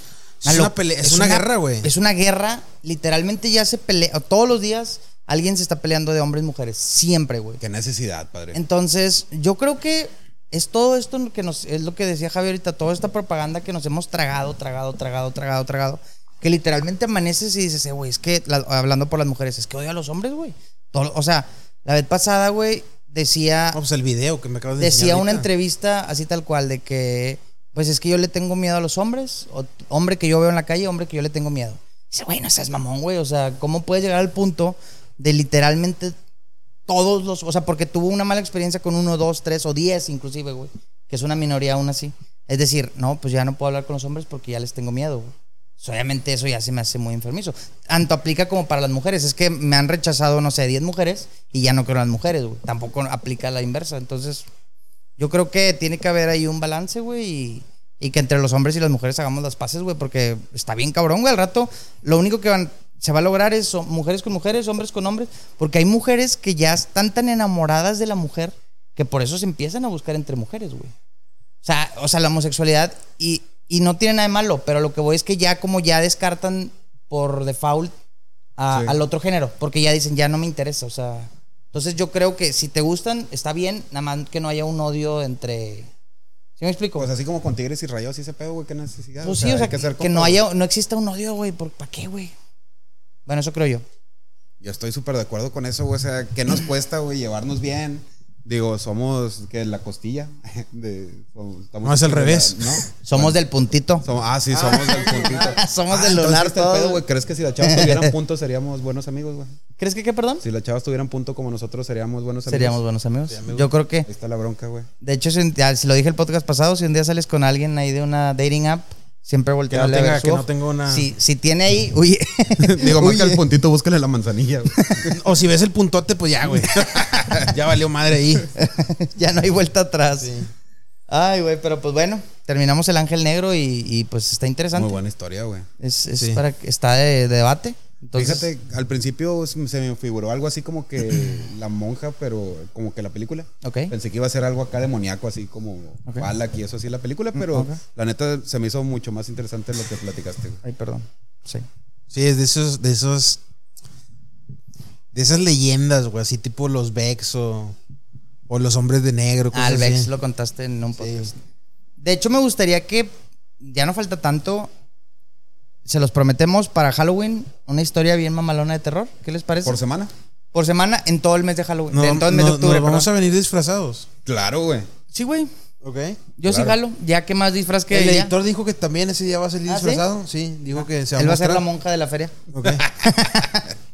Es una pelea- es una guerra, güey. Es una guerra. Literalmente ya se pelea. Todos los días alguien se está peleando de hombres y mujeres. Siempre, güey. Qué necesidad, padre. Entonces, yo creo que es todo esto que nos es lo que decía Javier ahorita, toda esta propaganda que nos hemos tragado, tragado, tragado, tragado, tragado, que literalmente amaneces y dices, "Eh, güey, es que la- hablando por las mujeres, es que odio a los hombres, güey." Todo- O sea, la vez pasada, güey, decía No, pues el video que me acabas de enseñar decía una ahorita. entrevista así tal cual de que pues es que yo le tengo miedo a los hombres, o hombre que yo veo en la calle, hombre que yo le tengo miedo. Dice, güey, no seas mamón, güey, o sea, ¿cómo puedes llegar al punto de literalmente todos los, o sea, porque tuvo una mala experiencia con uno, dos, tres o diez inclusive, güey, que es una minoría aún así. Es decir, no, pues ya no puedo hablar con los hombres porque ya les tengo miedo, güey. Pues, Obviamente eso ya se me hace muy enfermizo. Tanto aplica como para las mujeres. Es que me han rechazado, no sé, 10 mujeres y ya no creo en las mujeres, güey. Tampoco aplica la inversa. Entonces, yo creo que tiene que haber ahí un balance, güey, y, y que entre los hombres y las mujeres hagamos las paces, güey, porque está bien cabrón, güey, al rato lo único que van, se va a lograr es son mujeres con mujeres, hombres con hombres, porque hay mujeres que ya están tan enamoradas de la mujer que por eso se empiezan a buscar entre mujeres, güey. O sea, o sea, la homosexualidad y, y no tiene nada de malo, pero lo que voy es que ya como ya descartan por default a- Sí. al otro género, porque ya dicen, ya no me interesa, o sea... Entonces yo creo que si te gustan, está bien, nada más que no haya un odio entre... ¿Sí me explico? Pues así como con tigres y rayados y ese pedo, güey, qué necesidad. Pues sí, o sea, hay que, ser que no compas, haya, no exista un odio, güey. ¿por- ¿Para qué, güey? Bueno, eso creo yo. Yo estoy súper de acuerdo con eso, güey. O sea, ¿qué nos cuesta, güey, llevarnos bien? Digo, somos que la costilla. <laughs> De, somos- estamos No, es al de la- revés. ¿no? Somos del puntito. Som- ah, sí, somos <laughs> del puntito. Somos del entonces, lunar este todo. pedo, güey. ¿Crees que si la chavas <laughs> tuvieran punto seríamos buenos amigos, güey? ¿Crees que qué, perdón? Si las chavas tuvieran punto como nosotros seríamos buenos amigos. Seríamos buenos amigos. Yo creo que, Ahí está la bronca, güey. <laughs> de hecho, si, un- ya, si lo dije el podcast pasado, si un día sales con alguien ahí de una dating app, siempre voltea Que a no ver tenga- su que no off. tenga una- Si, si tiene ahí, uy. Digo, más que Huye. el puntito, búscale la manzanilla, güey. O si ves el puntote, pues <laughs> ya, güey. ya valió madre ahí. <laughs> ya no hay vuelta atrás. Ay, güey, pero pues bueno, terminamos el ángel negro y, y, pues está interesante. Muy buena historia, güey. Es, es Sí. para que- está de, de debate. Entonces, Fíjate, al principio se se me figuró algo así como que <clears throat> la monja, pero como que la película. Ok. Pensé que iba a ser algo acá demoníaco, así como Ok. Mm, Balak y eso así la película, pero ok. la neta se me hizo mucho más interesante lo que platicaste. güey. Ay, perdón. Sí. Sí, es de esos, de esos. de esas leyendas, güey, así tipo los Vex o, o los hombres de negro. cosas Al Vex así. Ah, lo contaste en un Sí. podcast. De hecho, me gustaría que, ya no falta tanto, se los prometemos para Halloween, una historia bien mamalona de terror. ¿Qué les parece? ¿Por semana? Por semana, en todo el mes de Halloween. No, en todo el mes no- de octubre. nos vamos a perdón. venir disfrazados. Claro, güey. Sí, güey. ¿Ok? Yo sí Claro. jalo. Ya que más disfraz que el ella. editor dijo que también ese día va a salir ¿Ah, sí? disfrazado. ¿sí? dijo que se va Él va a ser mostrar. la monja de la feria. <laughs> Ok.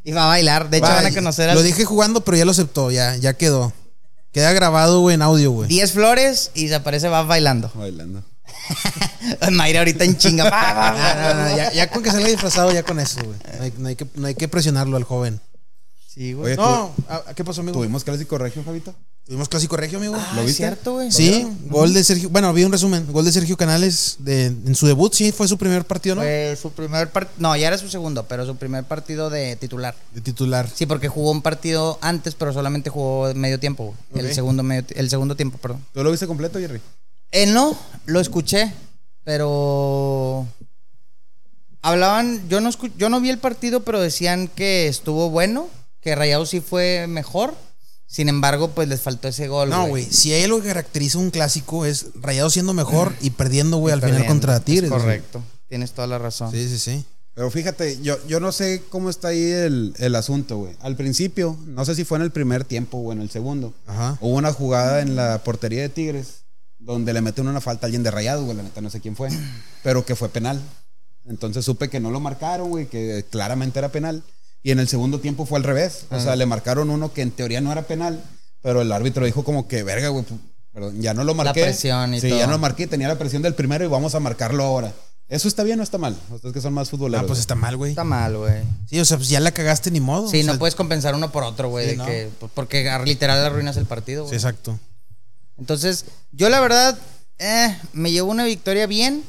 Y va a bailar. De hecho, Va, van a conocer Lo a dije jugando, pero ya lo aceptó, ya, ya quedó. Queda grabado, güey, en audio, güey. 10 flores y se aparece, va bailando. <laughs> Bailando. Mayra ahorita <laughs> en chinga. va, va, va. Ah, no, no, ya, ya con que salga disfrazado, ya con eso, güey. No hay, no hay que, no hay que presionarlo al joven. Sí, güey. Oye, tú- No, ¿a- a ¿qué pasó, amigo? ¿tuvimos clásico regio, Javito? Tuvimos clásico regio, amigo. Ah, ¿lo es viste? cierto, güey. Sí, gol de Sergio. Bueno, vi un resumen. Gol de Sergio Canales de- en su debut, sí, fue su primer partido, ¿no? Fue su primer partido. No, ya era su segundo, pero su primer partido de titular. De titular. Sí, porque jugó un partido antes, pero solamente jugó medio tiempo. güey. Ok. El, segundo medio, el segundo tiempo, perdón. ¿Tú lo viste completo, Jerry? Eh, no, lo escuché, pero. Hablaban. Yo no, escu- yo no vi el partido, pero decían que estuvo bueno, que Rayado sí fue mejor. Sin embargo, pues les faltó ese gol. No, güey. Si hay algo que caracteriza un clásico es rayado siendo mejor y perdiendo, güey, al final Perdiendo. contra Es Tigres. güey. correcto. Tienes toda la razón. Sí, sí, sí. Pero fíjate, yo, yo no sé cómo está ahí el, el asunto, güey. Al principio, no sé si fue en el primer tiempo o en el segundo, Ajá. hubo una jugada en la portería de Tigres donde le meten una falta a alguien de rayado, güey. La neta no <clears throat> sé quién fue, pero que fue penal. Entonces supe que no lo marcaron, güey, que claramente era penal. Y en el segundo tiempo fue al revés. O Ah. sea, le marcaron uno que en teoría no era penal, pero el árbitro dijo como que, verga, güey, pu- perdón, ya no lo marqué. presión y sí, todo. ya no lo marqué, tenía la presión del primero y vamos a marcarlo ahora. ¿Eso está bien o está mal? Ustedes que son más Ah, futboleros. pues güey. está mal, güey. Está mal, güey. Sí, o sea, pues ya la cagaste ni modo. Sí, o sea, no puedes compensar uno por otro, güey. Sí, de no. que- por- Porque ar- literal arruinas el partido, Sí, güey. exacto. Entonces, yo la verdad, eh, me llevo una victoria bien.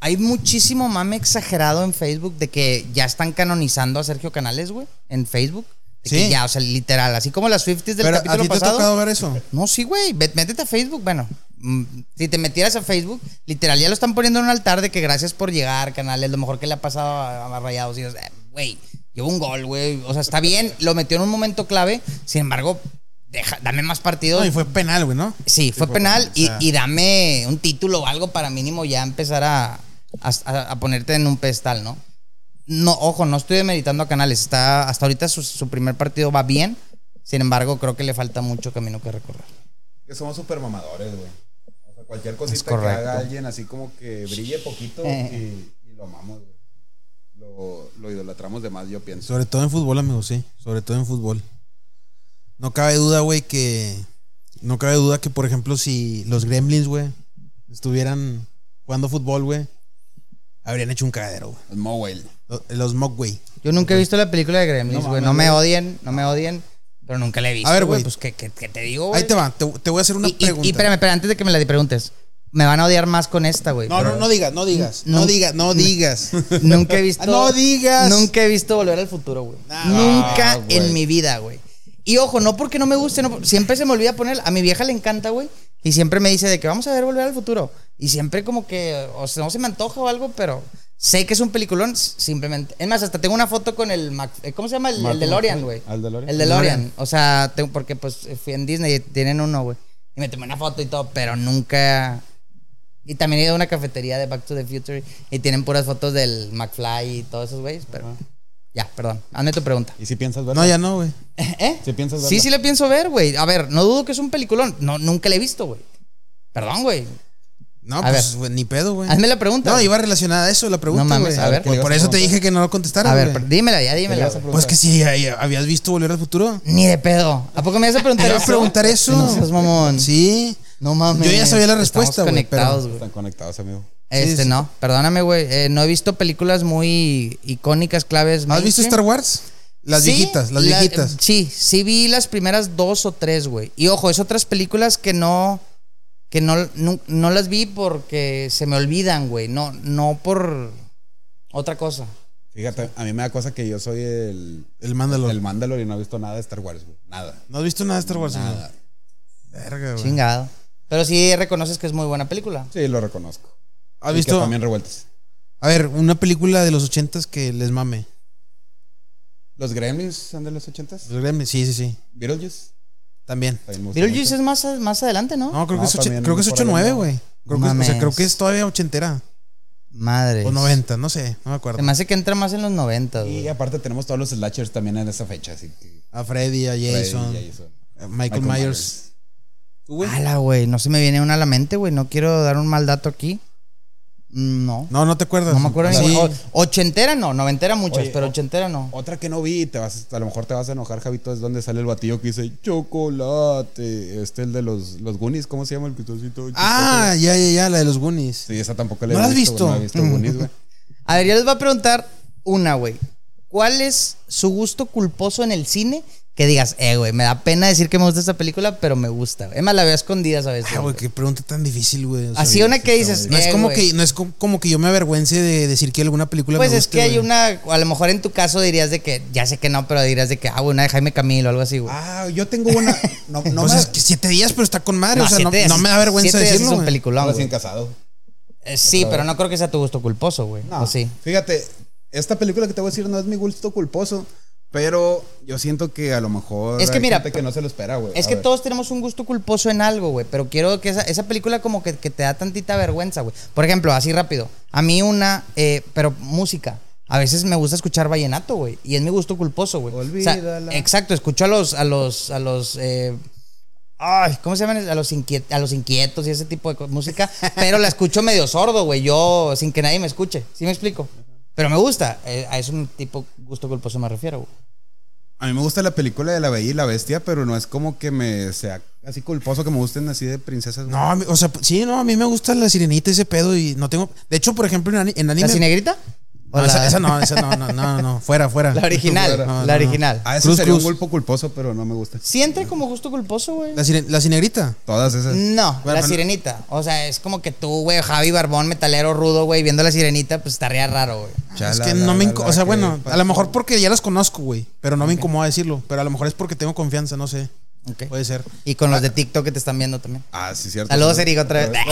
Hay muchísimo mame exagerado en Facebook de que ya están canonizando a Sergio Canales, güey, en Facebook. De que Sí. ya, o sea, literal, así como las Swifties del Pero a capítulo ti te ha pasado. tocado ver eso. No, sí, güey, ve- métete a Facebook, bueno. mm, Si te metieras a Facebook, literal, ya lo están poniendo en un altar de que gracias por llegar, Canales, lo mejor que le ha pasado a, a Rayados. Y, o sea, güey, llevo un gol, güey. O sea, está bien, lo metió en un momento clave. Sin embargo, deja, dame más partidos. No, y fue penal, güey, ¿no? Sí, fue penal y, sea. y dame un título o algo para mínimo ya empezar a, a- a- a ponerte en un pedestal, ¿no? No, ojo, no estoy demeritando a Canales. Está, hasta ahorita su, su primer partido va bien. Sin embargo, creo que le falta mucho camino que recorrer. Que somos super mamadores, güey. O sea, cualquier cosita que correcto. haga alguien así como que brille poquito Eh. y, y lo amamos, güey. Lo, lo idolatramos de más, yo pienso. Sobre todo en fútbol, amigo, sí. Sobre todo en fútbol. No cabe duda, güey, que. No cabe duda que, por ejemplo, si los Gremlins, güey, estuvieran jugando fútbol, güey, habrían hecho un cagadero, güey. El Mowell. Lo- Los Mock, güey. Yo nunca he visto la película de Gremlins, No güey. mames, No, me güey. odien, no me odien, pero nunca la he visto. A ver, güey. Pues, ¿qué, qué- qué te digo, güey? Ahí te va, te, te voy a hacer una Y, y- y pregunta. espérame, espérame, antes de que me la preguntes. Me van a odiar más con esta, güey. No, pero no, no digas, no digas. No, No. digas, <laughs> no digas. Nunca he visto. <laughs> No digas. Nunca he visto volver al futuro, güey. Nah, nunca güey. en mi vida, güey. Y ojo, no porque no me guste, no por- siempre se me olvida poner. A mi vieja le encanta, güey. Y siempre me dice de que vamos a ver volver al futuro. Y siempre como que, o sea, no se me antoja o algo, pero sé que es un peliculón, s- simplemente. Es más, hasta tengo una foto con el. Mac- eh, ¿Cómo se llama? El, el DeLorean, güey. ¿Al DeLorean? El DeLorean. O sea, tengo- porque pues fui en Disney y tienen uno, güey. Y me tomé una foto y todo, pero nunca. Y también he ido a una cafetería de Back to the Future y tienen puras fotos del McFly y todos esos güeyes, pero... Ya, perdón. Hazme tu <laughs> pregunta. ¿Y si piensas verlo? No, ya no, güey. ¿Eh? ¿Sí piensas Sí, verla? sí la pienso ver, güey. A ver, no dudo que es un peliculón. No, nunca la he visto, güey. Perdón, güey. No, A pues ver. güey, ni pedo, güey. Hazme la pregunta. No, iba relacionada a eso la pregunta, No mames, güey. a ver. Pues por eso te dije que no lo contestara, A ver, güey. pero dímela ya, dímela. Pues que si ahí habías visto Volver al Futuro. Ni de pedo. ¿A poco me vas a preguntar Te eso? iba a preguntar eso. No seas mamón. Sí. No mames. Yo ya sabía la Estamos respuesta, güey, pero- conectados, güey. Están conectados, amigo. Sí, Este, sí. no. Perdóname, güey. Eh, no he visto películas muy icónicas, ¿Has claves. visto mainstream. Star Wars? Las Sí, viejitas, las la- viejitas. Sí, sí vi las primeras dos o tres, güey. Y ojo, es otras películas que no. Que no, nu- no las vi porque se me olvidan, güey. No, no por otra cosa. Fíjate, a mí me da cosa que yo soy el, El Mandalor. el Mandalor y no he visto nada de Star Wars, güey. Nada. ¿No has visto nada de Star Wars? amigo? Nada. Verga, güey. Chingado. Pero sí reconoces que es muy buena película. Sí, lo reconozco. ¿Has Y que visto? también revueltas. A ver, una película de los ochentas que les mame. ¿Los Gremlins son de los 80s? Los Gremlins, sí, sí, sí. ¿Beetlejuice? También. También me gusta Beetlejuice mucho. es más, más adelante, ¿no? No, creo No, que es, ocho- también creo que es por ahí 8-9, no. güey. Creo que es- o sea, Mames. creo que es todavía ochentera. Madre. O 90, no sé, no me acuerdo. Se me hace que entra más en los 90, güey. Y aparte tenemos todos los slashers también en esa fecha, así que... A Freddy, a Jason, Freddy, Jason, a Michael, Myers. ¿Tú, güey? Ala, güey. No se me viene una a la mente, güey. No quiero dar un mal dato aquí. Mm, No. No, No, no te acuerdas. Ah, me acuerdo Sí. ninguna. O- Ochentera no, noventera muchas, Oye, pero o- ochentera no. Otra que no vi, te vas, a lo mejor te vas a enojar, Javito, es donde sale el batillo que dice chocolate. Este, el de los, los Goonies, ¿cómo se llama el pitocito? Ah, ya, ya, ya, la de los Goonies. Sí, esa tampoco la he ¿No la has visto. güey, visto? No he <laughs> visto Goonies, güey. A ver, yo les voy a preguntar una, güey. ¿Cuál es su gusto culposo en el cine? Que digas, eh, güey, me da pena decir que me gusta esta película, pero me gusta. Es más, la veo a escondidas a veces. Ah, güey, güey. qué pregunta tan difícil, güey. O sea, Así una que dices, No es eh, como güey. que, no es como, como que yo me avergüence de decir que alguna película Pues me es guste, que hay güey. una, a lo mejor en tu caso dirías de que, ya sé que no, pero dirías de que, ah, güey, una de Jaime Camilo o algo así, güey. Ah, yo tengo una... No, no Pues me- es que siete días, pero está con madre. o sea, Siete no, Días no es- me da vergüenza Siete Días decirlo. Es un güey. peliculón, güey. recién casado. Eh, Sí, pero no creo que sea tu gusto culposo, güey. No, Pues ¿O sí. Fíjate, esta película que te voy a decir no es mi gusto culposo, pero yo siento que a lo mejor. Es que hay mira, gente que no se lo espera, güey. Es A que ver. todos tenemos un gusto culposo en algo, güey. Pero quiero que esa, esa película como que, que te da tantita vergüenza, güey. Por ejemplo, así rápido. A mí una, eh, pero música. A veces me gusta escuchar vallenato, güey. Y es mi gusto culposo, güey. O sea, Olvídala. exacto, escucho a los, a los, a los, eh, ay, ¿cómo se llaman? A los, inquiet- a los inquietos y ese tipo de co- música. pero la escucho medio sordo, güey. Yo, sin que nadie me escuche. ¿Sí me explico? Pero me gusta. Eh, a ese tipo gusto culposo me refiero, güey. A mí me gusta la película de La Bella y la Bestia, pero no es como que me sea así culposo que me gusten así de princesas. güey. No, a mí- o sea, sí, no, a mí me gusta la sirenita y ese pedo y no tengo. De hecho, por ejemplo, en, ani- en anime. ¿La cinegrita? No, Ah, esa, esa no, esa no, no, no, no, fuera, <laughs> fuera. La <laughs> original, No, no, la no. original. Ah, eso Cruz, sería cruz. un culpo culposo, pero no me gusta. ¿Sí entra como gusto culposo, Eh, güey? La, sire- la sirenita. Todas esas. No, Bueno, la no. sirenita. O sea, es como que tú, güey, Javi Barbón, metalero rudo, güey, viendo la sirenita, pues estaría raro, güey. es Chala, que la, no me. la, inco- la, o sea, que- bueno, a lo mejor porque ya las conozco, güey. Pero no me incomoda decirlo. Pero a lo mejor es porque tengo confianza, no sé. Ok. Puede ser. Y con los de TikTok que te están viendo también. Ah, sí, Pues, ah. cierto. Saludos, Sí. Eric, otra vez. <laughs>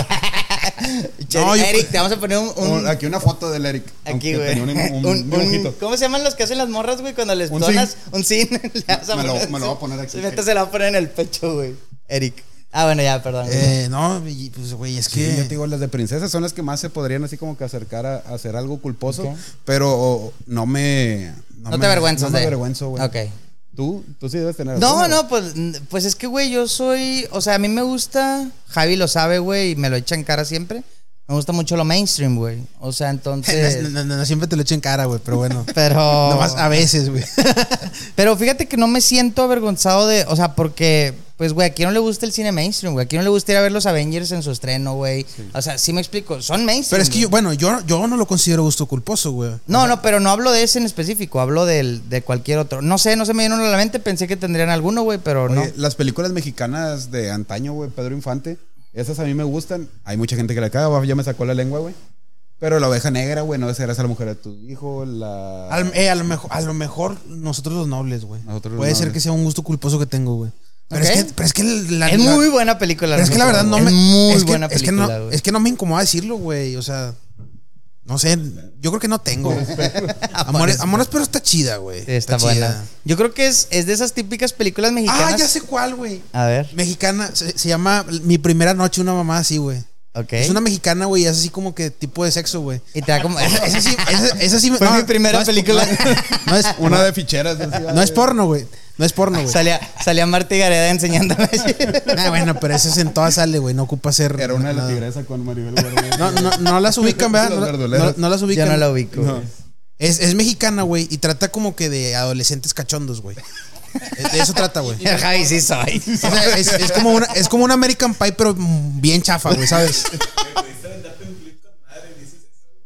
No, yo- Eric, te vamos a poner un. un- pues, Un- aquí una foto del Eric. aquí, aunque güey. tenía Un, <laughs> Un- un, un- dibujito. ¿Cómo se llaman los que hacen las morras, güey? Cuando les Un donas un zinc. <laughs> le vas Me lo- poner me lo un voy a poner aquí. zinc. Ahorita se lo va a poner en el pecho, güey. Eric. Ah, bueno, ya, perdón. güey. Eh, no, y, pues, güey, es Sí, que. yo <laughs> te digo, las de princesas son las que más se podrían así como que acercar a, a hacer algo culposo, pero o, no me... no, me- te avergüenzas, No me de- avergüenzo, güey. Ok. ¿Tú? ¿Tú sí debes Ah, tener No, alguna, no, güey? pues, mm, pues es que, güey, yo soy. O sea, a mí me gusta. Javi lo sabe, güey, y me lo echa en cara siempre. Me gusta mucho lo mainstream, güey. O <laughs> sea, No, entonces. no, no, no, siempre te lo echo en cara, güey, pero <laughs> bueno. pero. Nomás a veces, güey. <laughs> Pero fíjate que no me siento avergonzado de. O sea, porque. Pues, güey, aquí no le gusta el cine mainstream, güey. Aquí no le gusta ir a ver los Avengers en su estreno, güey. O sea, sí me explico. Son mainstream. Pero es que güey. yo, bueno, yo, yo no lo considero gusto culposo, güey. No, no, pero no hablo de ese en específico. Hablo del, de cualquier otro. No sé, no se me vino uno a la mente. Pensé que tendrían alguno, güey, pero no. Oye, Las películas mexicanas de antaño, güey, Pedro Infante, esas a mí me gustan. Hay mucha gente que la caga, güey, ya me sacó la lengua, güey. Pero la oveja negra, güey, no serás a la mujer de tu hijo, la... Al- eh, a, lo mejor, a lo mejor nosotros los nobles, güey. Nosotros los Puede ser nobles. que sea un gusto culposo que tengo, güey. Pero, Ok. es que, pero es que la, es la- muy buena película. pero es que la verdad no es me. Muy es que- buena es que no- película, güey. Es que no me incomoda decirlo, güey. O sea, no sé. Yo creo que no <laughs> tengo. Amores, Amores, pero está chida, güey. Sí, está chida. buena. Yo creo que es, es de esas típicas películas mexicanas. Ah, ya sé cuál, güey. A ver, Mexicana, se, se llama Mi Primera Noche, una mamá así, güey. ok. Es una mexicana, güey, y es así como que tipo de sexo, güey. Y te <laughs> da como. Esa <laughs> sí, esa, esa sí me- Fue mi primera es- película. No, es, Una no- de ficheras. así, no güey. es porno, güey. No es porno, güey. salía, salía Marta y <laughs> Gareda enseñándome. Ah, bueno, pero ese es en todas sale, güey. No ocupa ser. Era una de las nada. tigresas con Maribel <laughs> Guardia. No, no, no las ubican, ¿verdad? Los No, verduleros. no- no las Yo ubican. no la ubico. güey. Es, es mexicana, güey, y trata como que de adolescentes cachondos, güey. Es- De eso trata, güey. El <laughs> Javi sí soy. <laughs> O sea, es, es como una, es como un American Pie, pero mm, bien chafa, güey, ¿sabes?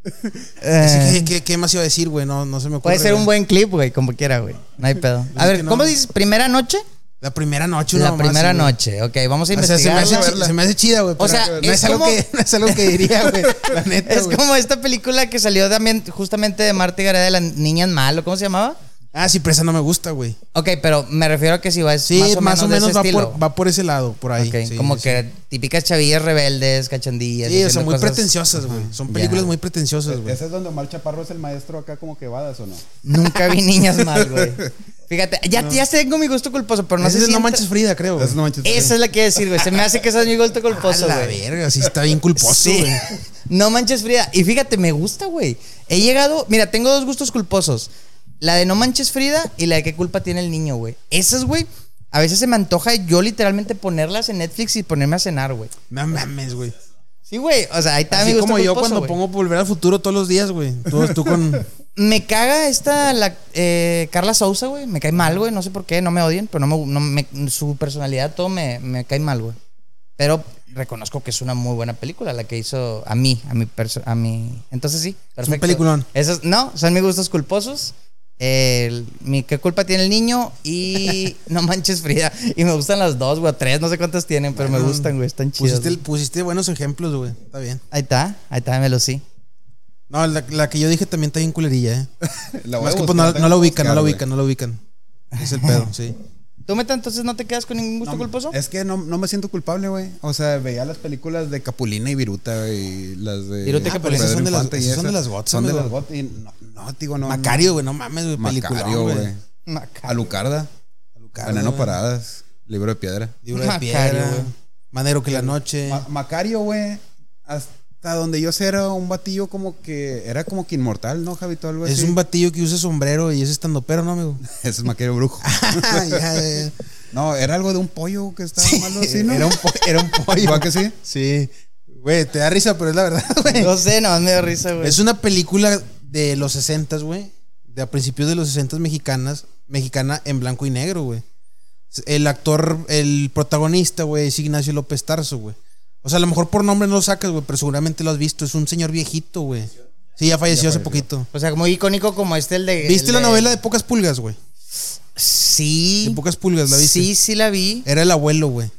Así Eh, que- que- ¿Qué más iba a decir, güey? No, no se me ocurre. puede ser un güey. buen clip, güey, como quiera, güey. No hay pedo. A Es ver, que no. ¿cómo dices? ¿Primera noche? La primera noche, una La mamá primera así, güey. noche. Ok, vamos a O sea, se me, investigar. hace, <laughs> chi- se me hace chida, güey. O pero sea, no es es, algo como- que, no es algo que diría, güey. La neta, <laughs> Es güey. como esta película que salió también justamente de Marta y Gareda de las niñas malo, ¿cómo se llamaba? Ah, sí, presa no me gusta, güey. Ok, pero me refiero a que si va Sí, más o menos, de ese va, estilo. por, va por ese lado, por ahí. Ok, Sí, como sí, que típicas chavillas rebeldes, cachandillas. Sí, o sea, diciendo muy cosas- pretenciosas, güey. Son Ya. películas muy pretenciosas, güey. Ese es donde Omar Chaparro es el maestro acá como que vadas <laughs> o no. Nunca vi niñas mal, güey. Fíjate, ya, ya tengo mi gusto culposo, pero no Ese sé es el si No entra- Manches Frida, creo. güey. Ese no manches. Esa es la que iba a decir, güey. Se me hace que ese es mi gusto culposo, A la güey. verga, sí está bien culposo, Sí. güey. <laughs> No manches Frida. Y fíjate, me gusta, güey. He llegado. Mira, tengo dos gustos culposos: la de No manches Frida y la de qué culpa tiene el niño, güey. Esas, güey, a veces se me antoja yo literalmente ponerlas en Netflix y ponerme a cenar, güey. <laughs> No mames, güey. Sí, güey. O sea, ahí está mi Así gusto como yo culposo, cuando güey. pongo Volver al Futuro todos los días, güey. Tú, tú con... Me caga esta la, eh, Carla Sousa, güey. Me cae mal, güey. No sé por qué. No me odien, pero no me, no me- su personalidad, todo me, me cae mal, güey. Pero reconozco que es una muy buena película la que hizo a mí, a mi perso- a mi. Entonces sí, perfecto. peliculón. Esas, no, son mis gustos culposos. El- mi qué culpa tiene el niño <laughs> y no manches Frida. Y me gustan las dos, güey, tres, no sé cuántas tienen, pero me Bueno, gustan, güey, están chidas. Pusiste, güey. pusiste buenos ejemplos, güey. Está bien. Ahí está, ahí está, me lo sí. No, la, la que yo dije también está bien culerilla, eh. La voy Más a que pues, buscar, no, tengo no la que ubican, no buscar, la güey. ubican, no la ubican. Es el pedo, sí. ¿Tú meta entonces no te quedas con ningún gusto No, culposo? Es que no, no me siento culpable, güey. O sea, veía las películas de Capulina y Viruta, güey. y Las de. Viruta y Ah, Capulina. pero Esas son Pedro de las- Infante y esas son esas. de las gotas, Son de amigo. las gotas. y No, no, digo, no. Macario, güey, no mames, güey. no. Macario, Película, güey. güey. Maca- Alucarda. Veneno Paradas. Libro de Piedra. Libro de Macario, piedra. güey. Madero que la noche. Ma- Macario, güey. Hasta donde yo sé, era un batillo como que. Era como que inmortal, ¿no, Javito? Algo Es así. un batillo que usa sombrero y es estando pero, ¿no, amigo? <laughs> Ese es Macario Brujo. <laughs> Ah, Ya, ya, ya. No, era algo de un pollo que estaba malo así, ¿no? Era un, po- era <laughs> un pollo. ¿Va que sí? Sí. Güey, te da risa, pero es la verdad, <laughs> güey. No sé, nomás me dio risa, güey. Es una película de los 60, güey. De a principios de los 60 mexicanas, mexicana en blanco y negro, güey. El actor, el protagonista, güey, es Ignacio López Tarso, güey. O sea, a lo mejor por nombre no lo sacas, güey, pero seguramente lo has visto. Es un señor viejito, güey. Sí, ya falleció hace poquito. O sea, muy icónico como este, el de. ¿Viste el la novela de Pocas Pulgas, güey? Sí. De Pocas Pulgas, ¿la viste? Sí, sí la vi. Era el abuelo, güey.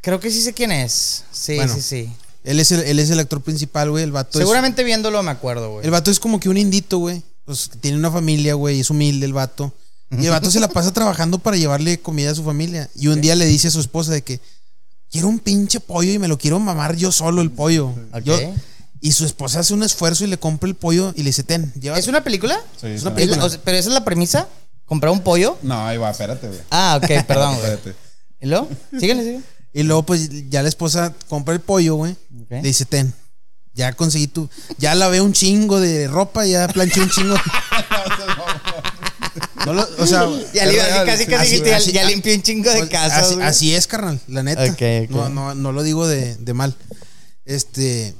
Creo que sí sé quién es. Sí, Bueno, sí, sí. Él es el, él es el actor principal, güey. El vato es- Seguramente viéndolo me acuerdo, güey. El vato es como que un indito, güey. Pues tiene una familia, güey, es humilde el vato. Y el vato se la pasa trabajando para llevarle comida a su familia. Y un día le dice a su esposa de que quiero un pinche pollo y me lo quiero mamar yo solo el pollo. Ok. Yo- y su esposa hace un esfuerzo y le compra el pollo y le dice, ten, lleva. ¿Es una película? Sí, Es una sí. película. Es- o sea, Pero esa es la premisa. ¿Comprar un pollo? No, ahí va, espérate, güey. Ah, ok, perdón, <laughs> güey. Espérate. ¿Y luego? Síguele, síguele. Y luego, pues, ya la esposa compra el pollo, güey. Ok. Le dice, ten, ya conseguí tu. Ya lavé un chingo de ropa, ya planché un chingo. No lo- o sea, Ya le iba a decir, casi, casi Así- dijiste, ya- así- ya limpié un chingo de Pues, casas, así, güey. así es, carnal, la neta. Ok, ok. No, no, no lo digo de, de mal. Este.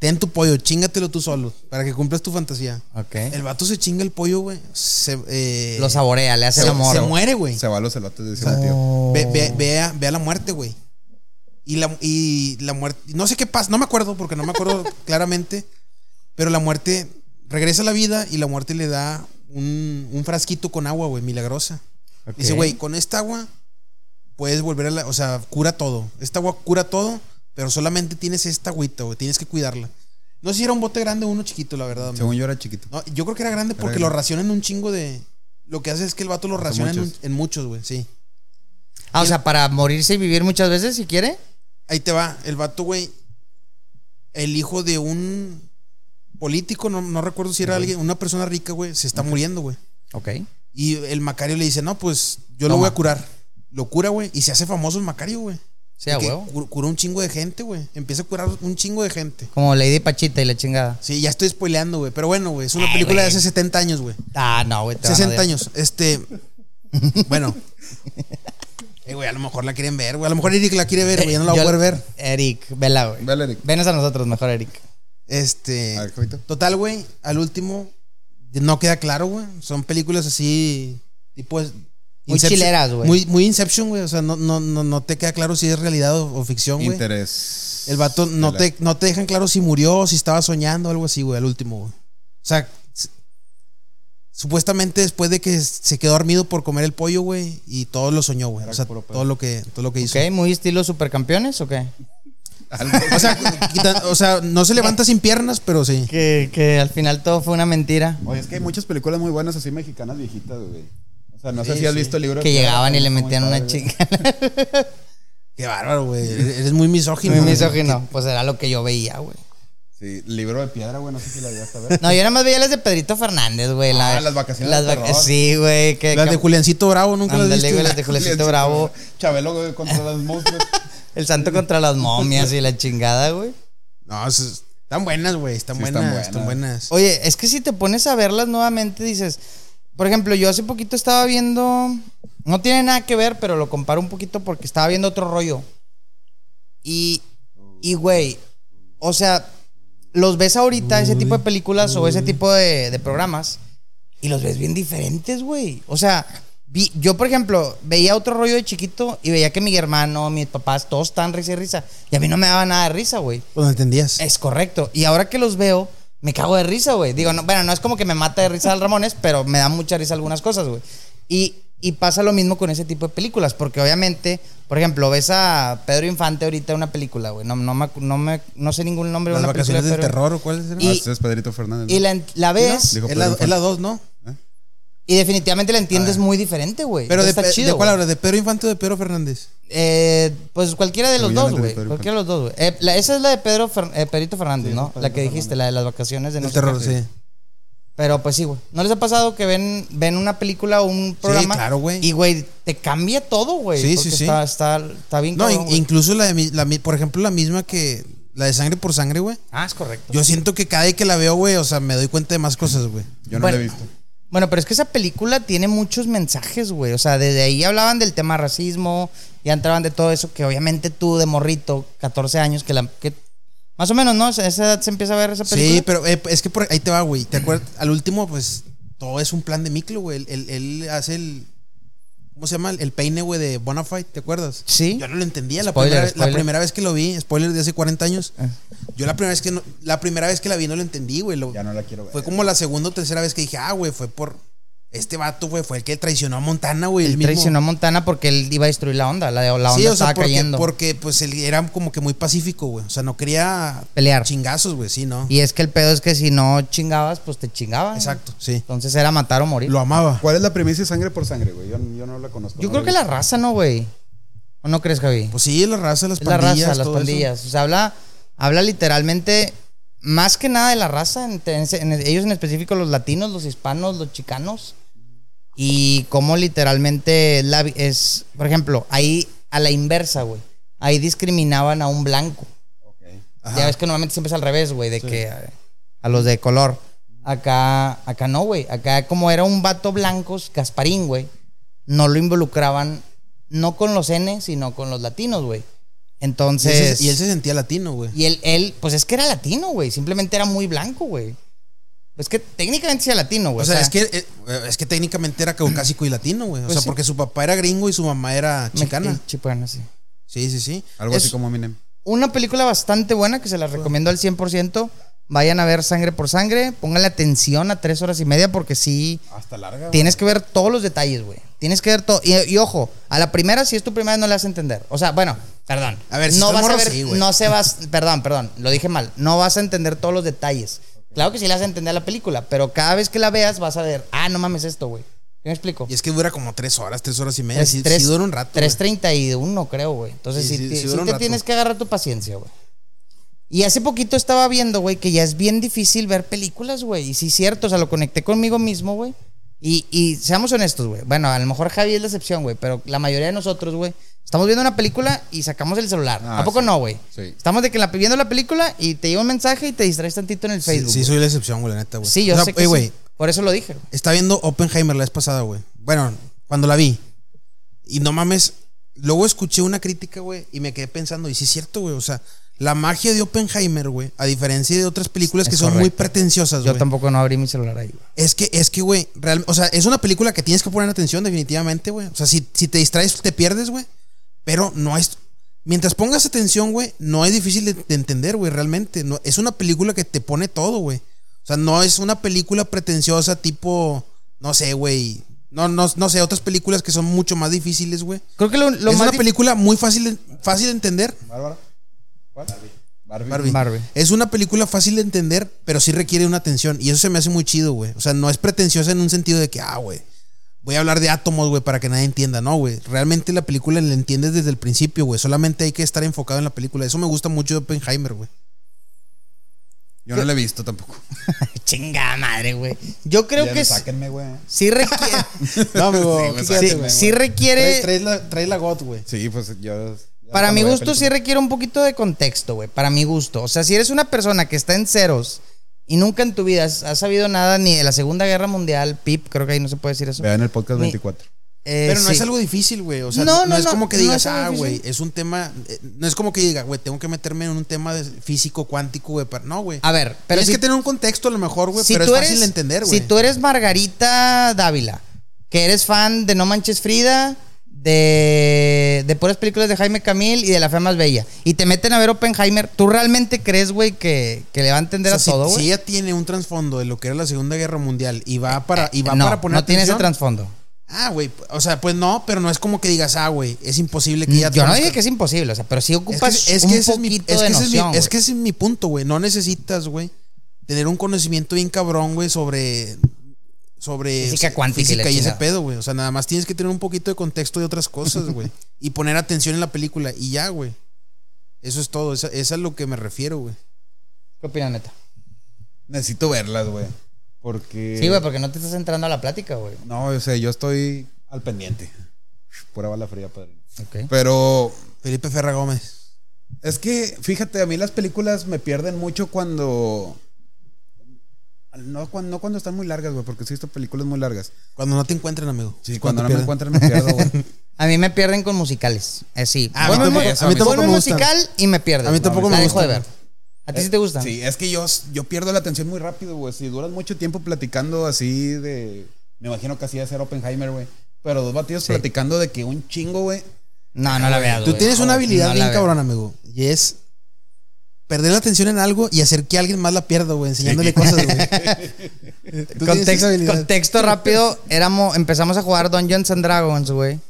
Ten tu pollo, chingatelo tú solo. Para que cumplas tu fantasía. Ok. El vato se chinga el pollo, güey. Se, eh, ¿Eh? Lo saborea, le hace se, el amor. se muere, güey. Se va a los elotes, dice mi tío. Oh. Ve, ve- ve a, ve a la muerte, güey. Y la, y la muerte. No sé qué pasa, no me acuerdo porque no me acuerdo claramente. Pero la muerte regresa a la vida y la muerte le da un, un frasquito con agua, güey, milagrosa. Ok. Dice, güey, con esta agua puedes volver a la. O sea, cura todo. Esta agua cura todo, pero solamente tienes esta agüita, güey. Tienes que cuidarla. No sé si era un bote grande o uno chiquito, la verdad. Según yo era chiquito. No, yo creo que era grande porque lo grande. racionan un chingo de. Lo que hace es que el vato lo raciona en, un- muchos. en muchos, güey, sí. Ah, o sea, para morirse y vivir muchas veces si quiere. Ahí te va, el vato, güey. El hijo de un político, no, no recuerdo si era alguien, una persona rica, güey, se está muriendo, güey. Ok. Y el Macario le dice, no, pues yo lo Toma. voy a curar. Lo cura, güey. Y se hace famoso el Macario, güey. Sí, a Que huevo. cur- Cura un chingo de gente, güey. Empieza a curar un chingo de gente. Como Lady Pachita y la chingada. Sí, ya estoy spoileando, güey. Pero bueno, güey, es una Ay, película Ah, güey. de hace 70 años, güey. Ah, no, güey. te van a 60 odiar. años. <laughs> Este. Bueno. Eh, güey, a lo mejor la quieren ver, güey. A lo mejor Eric la quiere ver, güey. Ya no la voy a Yo- poder ver. Eric, vela, güey. Vela, Eric. Venos a nosotros mejor, Eric. Este. A ver, Javito. Total, güey, al último no queda claro, güey. Son películas así, tipo... Muy Inception- chileras, güey. Muy, muy Inception, güey. O sea, no, no, no, no te queda claro si es realidad o, o ficción, güey. Interés. El vato no te, no te dejan claro si murió, si estaba soñando, algo así, güey, al último, güey. O sea, s- supuestamente después de que se quedó dormido por comer el pollo, güey, y todo lo soñó, güey. O sea, todo lo que, todo lo que hizo. Ok, muy estilo supercampeones o qué? O sea, quita- o sea, no se Eh. levanta sin piernas, pero sí. Que, que al final todo fue una mentira. Oye, es que hay muchas películas muy buenas así mexicanas viejitas, güey. O sea, no sé Sí, si has sí. visto el libro. Que de- llegaban y le muy metían una padre, güey. <laughs> chica. Qué bárbaro, güey. Eres muy misógino. Muy güey. misógino. Pues era lo que yo veía, güey. Sí, libro de piedra, güey, no sé si la llegaste a <laughs> ver. No, yo nada más veía las de Pedrito Fernández, güey. Ah, la- las vacaciones las de vac- terror. Sí, güey. Que, Las que- de Juliancito Bravo, nunca las ándale, güey, viste. las de Juliancito Bravo. Chabelo güey, contra las monstruos. El santo contra las momias y la chingada, güey. No, es- están buenas, güey. Están, Sí, están buenas, están buenas. buenas. Oye, es que si te pones a verlas nuevamente, dices. Por ejemplo, yo hace poquito estaba viendo. No tiene nada que ver, pero lo comparo un poquito porque estaba viendo otro rollo. Y. Y, güey. O sea, los ves ahorita, ese tipo de películas o ese tipo de, de programas. Y los ves bien diferentes, güey. O sea, vi- yo, por ejemplo, veía otro rollo de chiquito y veía que mi hermano, mis papás, todos estaban risa y risa. Y a mí no me daba nada de risa, güey. Pues no entendías. Es correcto. Y ahora que los veo, me cago de risa, güey. Digo, no, bueno, no es como que me mata de risa al Ramones, pero me da mucha risa algunas cosas, güey. Y, y pasa lo mismo con ese tipo de películas, porque obviamente, por ejemplo, ves a Pedro Infante ahorita en una película, güey. No, no, me, acu- no, me- no sé ningún nombre Las de una película. vacaciones del de Pedro- terror o cuáles eran. Y- Ah, ese es Pedrito Fernández. ¿no? Y la, en- la ves Dijo Es la- Pedro es la 2, ¿no? y definitivamente la entiendes muy diferente, güey. Ah. Pero de, Está Pe- chido, ¿de cuál güey. hablas? ¿De Pedro Infante o de Pedro Fernández? Eh, pues cualquiera de los Pero ya dos, no te güey. espero, Cualquiera de los dos, güey. Eh, la- esa es la de Pedro Fer- eh, Pedrito Fernández, Sí, ¿no? es Pedrito la que dijiste, la de las vacaciones de Del nuestro terror, sí. Pero pues sí, güey. ¿No les ha pasado que ven, ven una película o un programa? claro, güey. Y, güey, te cambia todo, güey. Sí, porque sí, sí. Está, está, está bien No, cabrón, in- güey. incluso la de, mi- la mi- por ejemplo, la misma que la de sangre por sangre, güey. Ah, es correcto. Yo siento que cada vez que la veo, güey, o sea, me doy cuenta de más cosas, güey. Yo no Bueno. la he visto. Bueno, pero es que esa película tiene muchos mensajes, güey. O sea, desde ahí hablaban del tema racismo, ya entraban de todo eso, que obviamente tú de morrito, 14 años, que la... Que, más o menos, ¿no? A esa edad se empieza a ver esa película. Sí, pero eh, es que por, ahí te va, güey. ¿Te acuerdas? Al último, pues, todo es un plan de Miklo, güey. Él, él- él hace el... ¿Cómo se llama? El peine, güey, de Bonafide, ¿te acuerdas? Sí. Yo no lo entendía. La, Spoiler, primera, vez- spoiler. la primera vez que lo vi, spoiler de hace 40 años, Ah. yo la primera vez que, no- la, primera vez que la vi no lo entendí, güey. Lo- Ya no la quiero ver. Fue como la segunda o tercera vez que dije, ah, güey, fue por... Este vato, güey, fue el que traicionó a Montana, güey. el Él mismo. traicionó a Montana porque él iba a destruir la onda. La, de- la onda Sí, o sea, estaba porque, cayendo. porque pues él era como que muy pacífico, güey. O sea, no quería Pelear. chingazos, güey, sí, ¿no? Y es que el pedo es que si no chingabas, pues te chingaban. Exacto, sí. Entonces era matar o morir. Lo amaba. ¿Cuál es la premisa de sangre por sangre, güey? Yo, yo no la conozco. Yo no creo que vi. la raza, ¿no, güey? ¿O no crees, Javi? Pues sí, la raza, las es la pandillas. raza, las todo eso. pandillas. O sea, habla, habla literalmente más que nada de la raza. en- en- en- ellos en específico, los latinos, los hispanos, los chicanos. Y cómo literalmente la vi- es, por ejemplo, ahí a la inversa, güey. Ahí discriminaban a un blanco. Ok. Ajá. Ya ves que normalmente siempre es al revés, güey, de que a, a los de color. Acá, acá no, güey. Acá como era un vato blanco, Gasparín, güey, no lo involucraban, no con los N, sino con los latinos, güey. Y él se- Entonces... y él se sentía latino, güey. Y él, él, pues es que era latino, güey. Simplemente era muy blanco, güey. Es que técnicamente sí era latino, güey. O sea, es que eh, es que técnicamente era caucásico y latino, güey. O ah. Pues sea, sí. porque su papá era gringo y su mamá era me- chicana. eh, Chicana, sí. Sí, sí, sí. Algo Es- así como Minem. Una película bastante buena que se la recomiendo al 100%. Vayan a ver Sangre por Sangre. Pónganle atención a tres horas y media porque sí... Hasta larga. Tienes que ver todos los detalles, güey. Tienes que ver todo. Y, y ojo, a la primera, si es tu primera, no le vas a entender. O sea, bueno, perdón. A ver, si no estás vas a morro, ver. sí, güey. no se vas. Perdón, perdón. Lo dije mal. No vas a entender todos los detalles. Claro que sí le vas a entender la película, pero cada vez que la veas vas a ver, ah, no mames esto, güey. ¿Qué me explico? Y es que dura como tres horas, tres horas y media. Tres- sí, tres- sí dura un rato. güey. 3.31, creo, güey. Entonces, Sí, sí, sí, ti- sí sí dura un te rato. tienes que agarrar tu paciencia, güey. Y hace poquito estaba viendo, güey, que ya es bien difícil ver películas, güey. Y sí, cierto, o sea, lo conecté conmigo mismo, güey. Y, y seamos honestos, güey. Bueno, a lo mejor Javi es la excepción, güey, pero la mayoría de nosotros, güey, estamos viendo una película y sacamos el celular. Ah, ¿A poco sí. no, güey? Sí. Estamos de que la, viendo la película y te llega un mensaje y te distraes tantito en el Sí, Facebook. sí, güey. soy la excepción, güey, la neta, güey. Sí, yo O sea, sé eh, que güey, sí. Por eso lo dije. güey. Está viendo Oppenheimer la vez pasada, güey. Bueno, cuando la vi. Y no mames, luego escuché una crítica, güey, y me quedé pensando, y sí es cierto, güey, o sea, la magia de Oppenheimer, güey, a diferencia de otras películas que Es son muy correcto. pretenciosas, Yo güey. tampoco no abrí mi celular ahí, güey. Es que, es que, güey, real- o sea, es una película que tienes que poner atención definitivamente, güey. O sea, si, si te distraes, te pierdes, güey. Pero no es... Mientras pongas atención, güey, no es difícil de, de entender, güey, realmente. No, es una película que te pone todo, güey. O sea, no es una película pretenciosa tipo, no sé, güey. No, no, no sé, otras películas que son mucho más difíciles, güey. Creo que lo, lo Es más una dif- película muy fácil, de- fácil de entender. Bárbara. Barbie. Barbie. Barbie. Es una película fácil de entender, pero sí requiere una atención. Y eso se me hace muy chido, güey. O sea, no es pretenciosa en un sentido de que, ah, güey, voy a hablar de átomos, güey, para que nadie entienda. No, güey. Realmente la película la entiendes desde el principio, güey. Solamente hay que estar enfocado en la película. Eso me gusta mucho de Oppenheimer, güey. Yo no la he visto tampoco. Chingada madre, güey. Yo creo Ya, que s- sáquenme, güey. sí requiere. No, amigo, Sí, güey, quítate, sí, güey. sí Traes, requiere. traes la, traes la GOT, güey. Sí, pues yo. Para mi gusto, sí sí requiere un poquito de contexto, güey. Para mi gusto. O sea, si eres una persona que está en ceros y nunca en tu vida has, has sabido nada ni de la Segunda Guerra Mundial, PIP, creo que ahí no se puede decir eso. Vean el podcast Mi- 24. Eh, Pero no sí. es algo difícil, güey. O sea, No, no, no, es no, como que no digas, es algo ah, güey, difícil". es un tema. eh, No es como que diga, güey, tengo que meterme en un tema de- físico, cuántico, güey. para- No, güey. A ver, pero Tienes si- que tener un contexto a lo mejor, güey, si pero es tú fácil eres- de entender, güey. Si tú eres Margarita Dávila, que eres fan de No Manches Frida, de, de puras películas de Jaime Camil y de La Fea Más Bella, y te meten a ver Oppenheimer, ¿tú realmente crees, güey, que, que le va a entender O sea, a todo, si, güey? si ella tiene un trasfondo de lo que era la Segunda Guerra Mundial y va para, y va no, para poner no tiene ese atención, trasfondo. Ah, güey, o sea, pues no, pero no es como que digas, ah, güey, es imposible que ella Mm, Yo no conozca". dije que es imposible, o sea, pero sí Es ocupas que- es un que ese es mi- poquito es que de ese es mi- noción, Es que güey. ese es mi punto, güey. No necesitas, güey, tener un conocimiento bien cabrón, güey, sobre. Sobre Física cuántica y física la y, ese chingada. pedo, güey. O sea, nada más tienes que tener un poquito de contexto de otras cosas, <laughs> güey. y poner atención en la película. Y ya, güey. Eso es todo. Esa, esa es a lo que me refiero, güey. ¿Qué opinas, neta? Necesito verlas, güey. Porque. Sí, güey, porque no te estás entrando a la plática, güey. No, o sea, yo estoy al pendiente. Pura bala fría, padrino. Ok. Pero Felipe Ferra Gómez. es que, fíjate, a mí las películas me pierden mucho cuando. No cuando, no cuando están muy largas, güey, porque sí he visto películas muy largas. Cuando no te encuentren, amigo. Sí, cuando no te me pierden. encuentran me pierdo, <laughs> güey. A mí me pierden con musicales. Eh, sí. Ah, A mí Ponme un tampoco- mu- a mí tampoco ponme un me gustan. musical y me pierden. A mí tampoco La me dejo de gustan. ver. ¿A ti sí te gustan? Sí, es que yo, yo pierdo la atención muy rápido, güey. Si duras mucho tiempo platicando así de. Me imagino que así de ser Oppenheimer, güey. Pero dos batidos platicando de que un chingo, güey. No, no la veas. Tú güey. tienes una No, habilidad no la bien veas. cabrón, amigo. Y es perder la atención en algo y hacer que alguien más la pierda, güey, enseñándole cosas, güey. Tú <laughs> tienes esa Contexto, habilidad. contexto rápido, <laughs> éramos, empezamos a jugar Dungeons and Dragons, güey.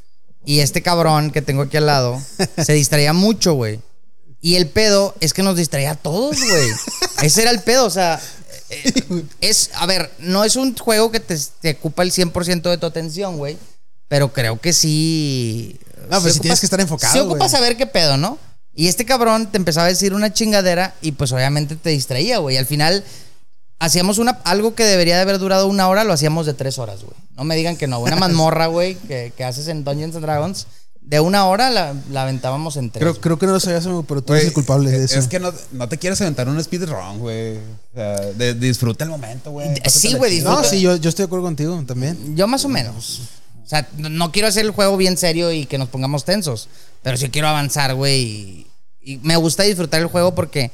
Y este cabrón que tengo aquí <laughs> al lado se distraía mucho, güey. Y el pedo es que nos distraía a todos, <laughs> güey. Ese era el pedo, o sea. eh, Es, a ver, no es un juego que te, te ocupa el 100% de tu atención, güey. Pero creo que sí. No, pero sí tienes que estar enfocado, Sí ocupas güey. saber qué pedo, ¿no? Y este cabrón te empezaba a decir una chingadera y pues obviamente te distraía, güey. Al final hacíamos una, algo que debería de haber durado una hora, lo hacíamos de tres horas, güey. No me digan que no. Una mazmorra, güey, que, que haces en Dungeons and Dragons, de una hora la, la aventábamos en tres. Creo, creo que no lo sabías, amigo, pero tú eres Güey, el culpable de eso. Es que no, no te quieres aventar un speedrun, güey. O sea, de- disfruta el momento, güey. Sí, Pásatela güey, chido. no, sí, yo, yo estoy de acuerdo contigo también. Yo más o menos. O sea, no, no quiero hacer el juego bien serio y que nos pongamos tensos. Pero sí quiero avanzar, güey. Y, y me gusta disfrutar el juego porque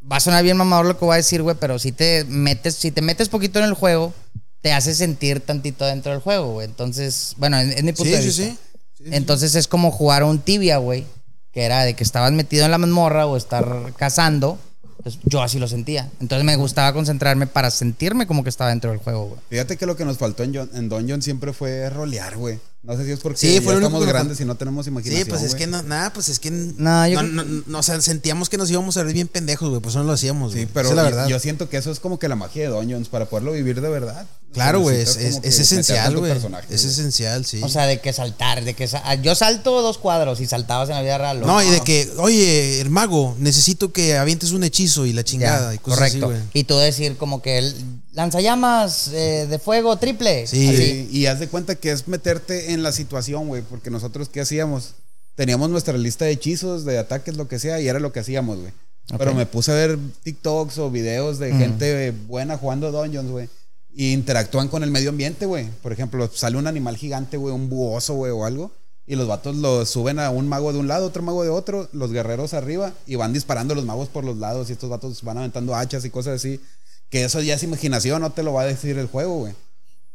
va a sonar bien mamador lo que voy a decir, güey. Pero si te metes, si te metes poquito en el juego, te hace sentir tantito dentro del juego, güey. Entonces, bueno, es, es mi punto Sí, de sí, vista. sí. Entonces es como jugar un tibia, güey. Que era de que estabas metido en la mazmorra o estar cazando. Pues yo así lo sentía. Entonces me gustaba concentrarme para sentirme como que estaba dentro del juego, güey. Fíjate que lo que nos faltó en, John- en Dungeon siempre fue rolear, güey. No sé si es porque Sí, ya fue lo único estamos que nos grandes y no tenemos Sí, imaginación. pues es güey. que no, nada, pues es que No, no, yo no, creo- no, o sea, sentíamos que nos íbamos a ver bien pendejos, güey, pues no lo hacíamos, Sí, güey. Esa pero es la yo- verdad. yo siento que eso es como que la magia de Dungeons para poderlo vivir de verdad. claro, güey, es, Necesitas es- como que es meterte esencial, en tu güey. personaje, Es esencial, sí. O sea, de que saltar, de que sa- ah, yo salto dos cuadros y saltabas en la vida real. no, y de que, oye, el mago, necesito que avientes un hechizo y la Ya, chingada y cosas correcto. así, güey. y tú decir como que el lanzallamas eh, de fuego triple. Sí. Así. Sí, y haz de cuenta que es meterte en la situación, güey, porque nosotros qué hacíamos? Teníamos nuestra lista de hechizos, de ataques, lo que sea, y era lo que hacíamos, güey. Pero me puse a ver TikToks o videos de gente buena jugando Dungeons, güey. Y interactúan con el medio ambiente, güey. Por ejemplo, sale un animal gigante, güey, un buoso, güey, o algo. Y los vatos lo suben a un mago de un lado, otro mago de otro, los guerreros arriba, y van disparando los magos por los lados, y estos vatos van aventando hachas y cosas así. Que eso ya es imaginación, no te lo va a decir el juego, güey.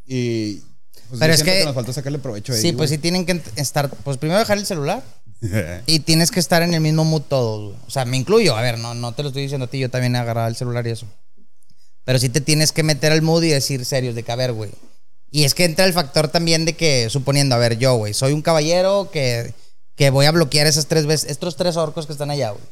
Y. pues, Pero yo es siento que- nos faltó sacarle provecho ahí. Sí, <laughs> pues sí güey. tienen que ent- estar, pues primero dejar el celular y tienes que estar en el mismo mood todos, güey. O sea, me incluyo, a ver, no, no te lo estoy diciendo a ti, yo también agarraba el celular y eso. Pero sí te tienes que meter al mood y decir serios de que, a ver, güey. Y es que entra el factor también de que, suponiendo, a ver, yo, güey, soy un caballero que, que voy a bloquear esas tres veces, estos tres orcos que están allá, güey.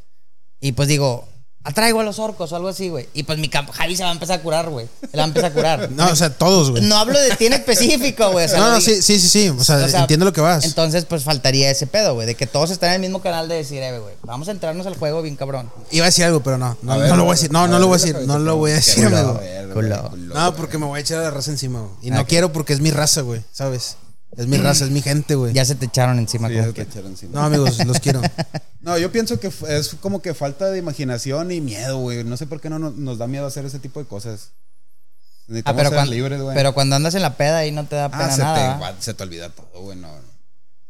Y pues digo, atraigo a los orcos o algo así, güey. Y pues mi camp- Javi se va a empezar a curar, güey. Se va a empezar <laughs> a curar. No, o sea, todos, güey. No hablo de ti en específico, güey. o sea, no, lo no, digo- sí, sí, sí, sí. O sea, o sea, entiendo lo que vas. Entonces, pues faltaría ese pedo, güey. De que todos están en el mismo canal de decir, eh, güey, vamos a entrarnos al juego bien cabrón. Iba a decir algo, pero no. No, no lo voy a decir. No, no lo voy a decir. No lo voy a decir, amigo. Culo. No, porque me voy a echar a la raza encima, güey. Y no quiero porque es mi raza, güey. ¿Sabes? Es mi raza, es mi gente, güey. Ya se te echaron encima. Sí, como ya te que- echaron encima. No, amigos, los <laughs> quiero. No, yo pienso que f- es como que falta de imaginación y miedo, güey. No sé por qué no no- nos da miedo hacer ese tipo de cosas. Ah, Necesitamos pero ser cuando, libres, güey. pero cuando andas en la peda ahí no te da pena ah, se, nada. te, ¿va? va- se te olvida todo, güey. No.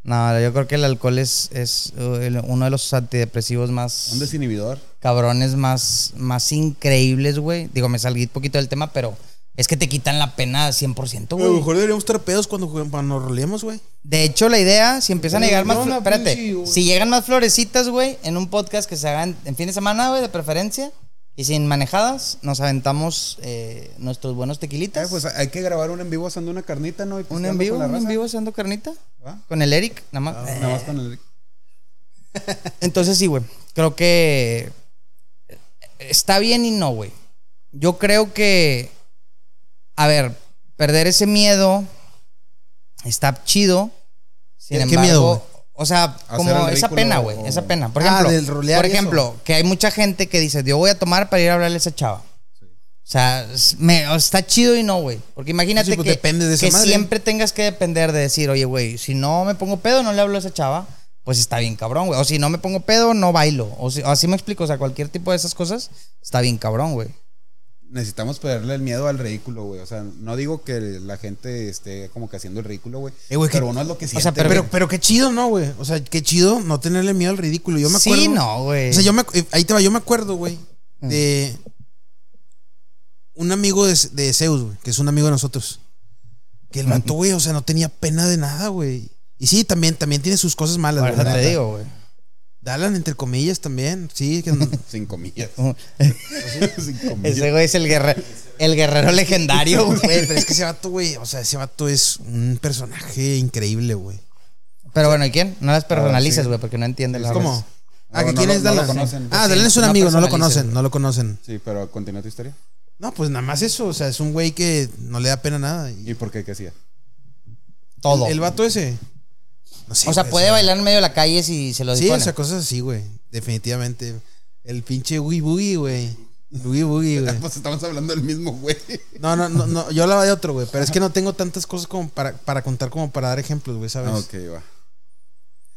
No, yo creo que el alcohol es, es uh, el- uno de los antidepresivos más Un desinhibidor. cabrones, más, más increíbles, güey. Digo, me salí un poquito del tema, pero es que te quitan la pena 100%, Güey, a lo güey. mejor deberíamos estar pedos cuando, juguemos- cuando nos roleemos, güey. De hecho, la idea, si empiezan a llegar más... No, flo- la espérate, pinche, güey. si llegan más florecitas, güey, en un podcast que se hagan en fin de semana, güey, de preferencia, y sin manejadas, nos aventamos eh, nuestros buenos Eh, tequilitas. pues hay que grabar un en vivo asando una carnita, ¿no? un Y pisteando en con vivo, la un en raza. vivo haciendo carnita. ¿Va? Ah, Con el Eric, nada más. Nada más con el... Entonces sí, güey. Creo que está bien y no, güey. Yo creo que, a ver, perder ese miedo está chido. Sin ¿Qué- qué embargo, miedo, güey? o sea, Hacer como el esa ridículo pena, güey, o- esa pena. Por Ah, ejemplo, del rolear por y eso. ejemplo, que hay mucha gente que dice, yo voy a tomar para ir a hablarle a esa chava. O sea, es- me- o está chido y no, güey. Porque imagínate Sí, pues, que, depende de esa que madre. siempre tengas que depender de decir, oye, güey, si no me pongo pedo, no le hablo a esa chava. Pues está bien cabrón, güey. O si no me pongo pedo, no bailo. O, si- o así me explico. O sea, cualquier tipo de esas cosas está bien cabrón, güey. Necesitamos perderle el miedo al ridículo, güey. O sea, no digo que la gente esté como que haciendo el ridículo, güey. Eh, güey, pero que- uno es lo que sea, siente. Pero, Pero- pero, qué chido, ¿no, güey? O sea, qué chido no tenerle miedo al ridículo. Yo me acuerdo. Sí, no, güey. O sea, yo me, acu- ahí te va, yo me acuerdo, güey, Ah. de un amigo de, de Zeus, güey, que es un amigo de nosotros. Que el vato, güey, o sea, no tenía pena de nada, güey. Y sí, también, también tiene sus cosas malas, Por güey. eso la te neta. digo, güey. Dalan, entre comillas, también. Sí, que no- Sin comillas. <laughs> Sin Ese comillas. güey es el guerrero, el guerrero legendario, Güey, güey. pero es que ese vato, güey, o sea, ese vato es un personaje increíble, güey. Pero bueno, ¿y quién? No las Ah, personalices, sí. güey, porque no entiende la ¿Cómo? raza. Ah, No, que no ¿quién lo- es no lo Dalan? conocen. ah, Dalan es un No amigo, no lo personalicen. conocen, no lo conocen. Sí, pero continúa tu historia. No, pues nada más eso, o sea, es un güey que no le da pena nada. Y- ¿Y por qué? ¿Qué hacía? Todo. El, el vato ese. No sé, o sea, güey, puede bailar en medio de la calle si se lo Sí, disponen. o sea, cosas así, güey. Definitivamente. El pinche Wii Boogie, güey. Wii Boogie, güey. <laughs> Pues estamos hablando del mismo, güey. No, no, no, no, yo hablaba de otro, güey. Pero es que no tengo tantas cosas como para, para contar, como para dar ejemplos, güey, ¿sabes? Ah, ok, va.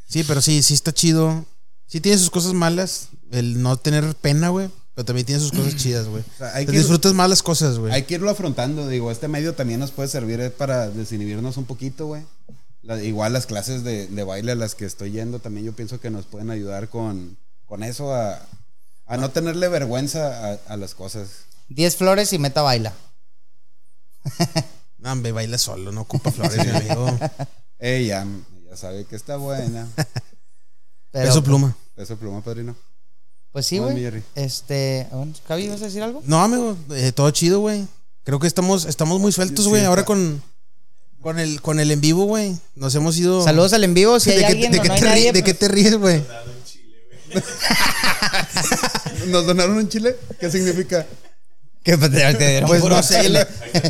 Sí, pero sí, sí está chido. Sí tiene sus cosas malas, el no tener pena, güey. Pero también tiene sus cosas chidas, güey. sea, hay Te que- disfrutas más las cosas, güey. Hay que irlo afrontando, digo, este medio también nos puede servir eh, para desinhibirnos un poquito, güey. La- igual las clases de, de baile a las que estoy yendo también yo pienso que nos pueden ayudar con, con eso a, a no tenerle vergüenza a, a las cosas. 10 flores y meta baila. No, hombre, baila solo, no ocupa <laughs> flores, mi amigo. Ella, ella sabe que <laughs> está buena. Pero, Peso pluma. Eso pluma, padrino. Pues sí, Muy güey. bien. Este, bueno, Cavi, ¿vas a decir algo? No, amigo, eh, todo chido, güey. Creo que estamos, estamos muy sueltos, güey. Sí, Ahora está. con, con, el, con el en vivo, güey. Nos hemos ido. Saludos al en vivo, <laughs> si ¿De, hay qué, alguien de o qué no hay te, ri- nadie, pues, de qué te ríes, güey? ¿Nos donaron un chile? ¿Qué significa? que te- te dieron Pues puro no sé. chile. la-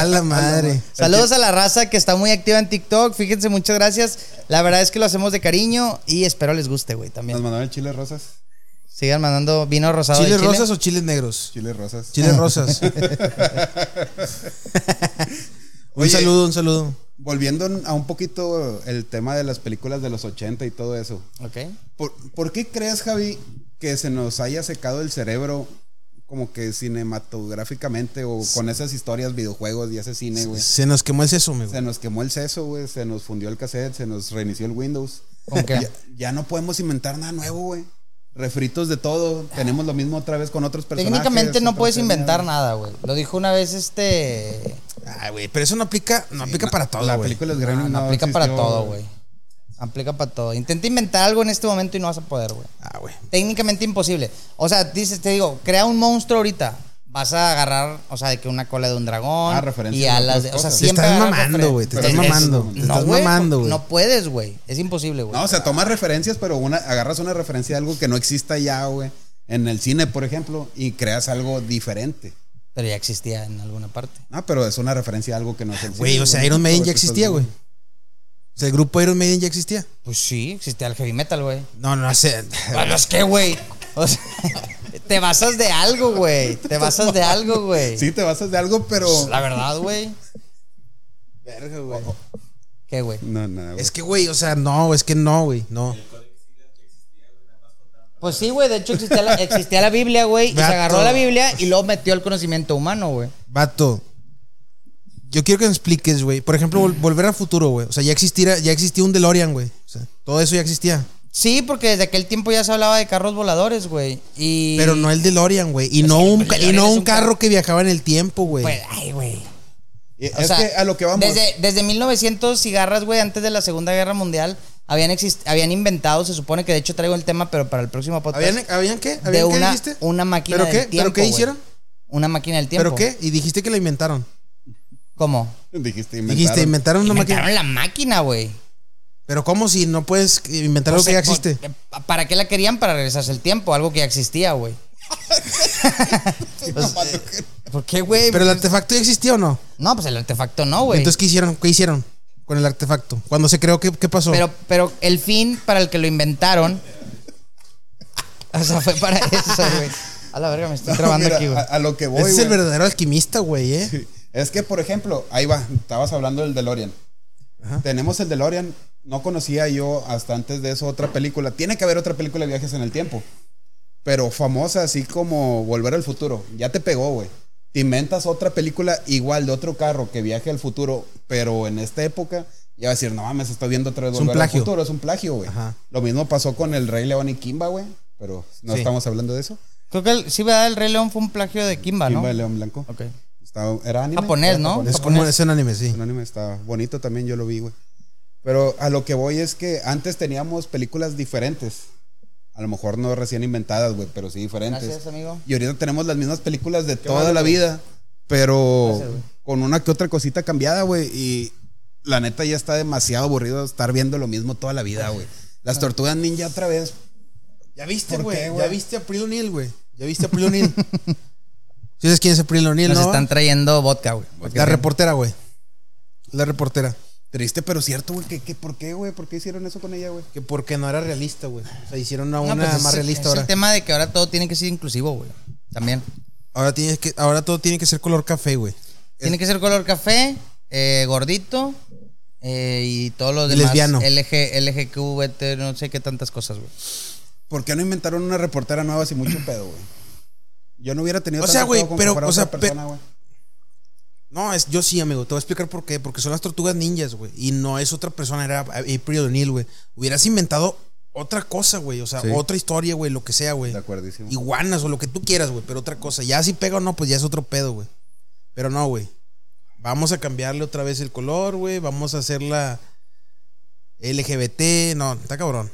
A la madre. Saludos a la raza que está muy activa en TikTok. Fíjense, muchas gracias. La verdad es que lo hacemos de cariño y espero les guste, güey, ¿Nos también. mandaron el chile rosas? Sigan mandando vino rosado de ¿Chiles Chile. rosas o chiles negros? Chile rosas. Chiles rosas. un Oye. saludo, un saludo. Volviendo a un poquito el tema de las películas de los 80 y todo eso. Ok. ¿Por, por qué crees, Javi, que se nos haya secado el cerebro como que cinematográficamente o con esas historias, videojuegos y ese cine, güey? Se nos quemó el seso, amigo. Se nos quemó el seso, güey, se nos fundió el cassette, se nos reinició el Windows. ¿Con qué? Ya, ya no podemos inventar nada nuevo, güey. Refritos de todo, tenemos lo mismo otra vez con otros personajes. Técnicamente no otras puedes series. inventar nada, güey. Lo dijo una vez este. Ay, Ah, güey, pero eso no aplica, no aplica No, para todo, La güey. película de Ah, Gremlins no, aplica para existió, todo, güey. Aplica para todo. Intenta inventar algo en este momento y no vas a poder, güey. Ah, güey. Técnicamente imposible. O sea, dices, te digo, crea un monstruo ahorita. vas a agarrar, o sea, de que una cola de un dragón Ah, referencias y a alas, de, otras o sea, cosas. Te siempre estás agarras mamando, referen- güey, te Pero estás es- mamando, güey, te no, estás güey, mamando, güey. No puedes, güey, es imposible, güey. No, o sea, tomas referencias, pero una, agarras una referencia de algo que no exista ya, güey. En el cine, por ejemplo, y creas algo diferente. Pero ya existía en alguna parte. Ah, pero es una referencia a algo que no es el Güey, cine, o sea, Iron Maiden Todo ya lo que estás existía, güey. viendo. O sea, el grupo Iron Maiden ya existía. Pues sí, existía el heavy metal, güey. No, no, no sé. Bueno, es que, güey, o sea, <laughs> te basas de algo, güey, te basas de algo, güey. Sí, te basas de algo, pero. La verdad, güey. Verga, güey. ¿Qué, güey? No, nada, güey. Es que, güey, o sea, no, es que no, güey, no. Pues sí, güey, de hecho existía la, existía la Biblia, güey, y se Vato. agarró la Biblia y luego metió el conocimiento humano, güey. Vato, yo quiero que me expliques, güey. Por ejemplo, vol- volver al futuro, güey. O sea, ya, existiera, ya existía un DeLorean, güey. O sea, todo eso ya existía. Sí, porque desde aquel tiempo ya se hablaba de carros voladores, güey. Y Pero no el DeLorean, güey. Y Es no que el un, ca- y DeLorean no es un un carro- carro que viajaba en el tiempo, güey. Pues, ay, güey. Y O es sea, que a lo que vamos. Desde, desde 1900 cigarras, güey, antes de la Segunda Guerra Mundial, habían, exist- habían inventado, se supone que de hecho traigo el tema, pero para el próximo podcast. ¿Habían, ah, ¿Habían qué? ¿Habían Pues, de qué una, dijiste? una máquina ¿Pero del qué? tiempo. ¿Pero qué güey. hicieron? Una máquina del tiempo. ¿Pero qué? Y dijiste que la inventaron. ¿Cómo? Dijiste, Dijiste, inventaron una Inventaron máquina. la máquina, güey. Pero ¿cómo si no puedes inventar algo O sea, que ya existe? ¿pa- ¿Para qué la querían? Para regresarse el tiempo, algo que ya <laughs> existía, güey. <laughs> Pues, eh, ¿Por qué, güey? ¿Pero el artefacto ya existía o no? No, pues el artefacto no, güey. Entonces, ¿qué hicieron? ¿Qué hicieron con el artefacto? Cuando se creó, ¿qué, qué pasó? Pero, pero el fin para el que lo inventaron. O sea, fue <laughs> para eso, güey. A la verga, me estoy trabando mira, aquí, güey. A, a lo que voy. Ese es el güey. verdadero alquimista, güey, ¿eh? Es que, por ejemplo, ahí va, estabas hablando del DeLorean. Tenemos el DeLorean. No conocía yo hasta antes de eso otra película. Tiene que haber otra película de viajes en el tiempo. Pero famosa, así como Volver al Futuro. Ya te pegó, güey. Te inventas otra película igual de otro carro que viaje al futuro, pero en esta época ya va a decir, no mames, estoy viendo otra vez Es un Volver al plagio. Futuro. Es un plagio, güey. Ajá. Lo mismo pasó con el Rey León y Kimba, güey. Pero no Sí. estamos hablando de eso. Creo que el, sí, ¿verdad? El Rey León fue un plagio de Ah, Kimba, ¿no? Kimba de León Blanco. Ok. Estaba- era anime. Japonés, Era ¿no? japonés. Es como es un anime, sí. Un anime está bonito también, yo lo vi, güey. Pero a lo que voy es que antes teníamos películas diferentes. A lo mejor no recién inventadas, güey, pero sí diferentes. Gracias, amigo. Y ahorita tenemos las mismas películas de toda la vida, pero Gracias, güey. con una que otra cosita cambiada, güey. Y la neta ya está demasiado aburrido estar viendo lo mismo toda la vida, güey. Las Ah. tortugas ninja otra vez. Ya viste, ¿Por qué, güey. Ya güey? viste a April O'Neil, güey. Ya viste a April <laughs> O'Neil. ¿Sí sabes quién es April O'Neil, Nos no? están trayendo vodka, güey. La reportera, güey. La reportera. Triste, pero cierto, güey. ¿Qué, qué, por qué, güey? ¿Por qué hicieron eso con ella, güey? Que porque no era realista, güey. O sea, hicieron a una No, pues es más el- realista es ahora. el tema de que ahora todo tiene que ser inclusivo, güey. También. Ahora, tienes que, ahora todo tiene que ser color café, güey. Tiene que ser color café, eh, gordito eh, y todos los Y demás. lesbiano. LG, LGQ, VT, no sé qué tantas cosas, güey. ¿Por qué no inventaron una reportera nueva sin mucho pedo, güey? Yo no hubiera tenido O sea, tanto güey, pedo con pero, comprar a o sea, otra pe- persona, güey. No, es, yo sí, amigo. Te voy a explicar por qué. Porque son las tortugas ninjas, güey. Y no es otra persona, era April O'Neil, güey. Hubieras inventado otra cosa, güey. O sea, Sí. otra historia, güey, lo que sea, güey. De acuerdísimo. Iguanas o lo que tú quieras, güey. Pero otra cosa. Ya si pega o no, pues ya es otro pedo, güey. Pero no, güey. Vamos a cambiarle otra vez el color, güey. Vamos a hacerla LGBT. No, está cabrón.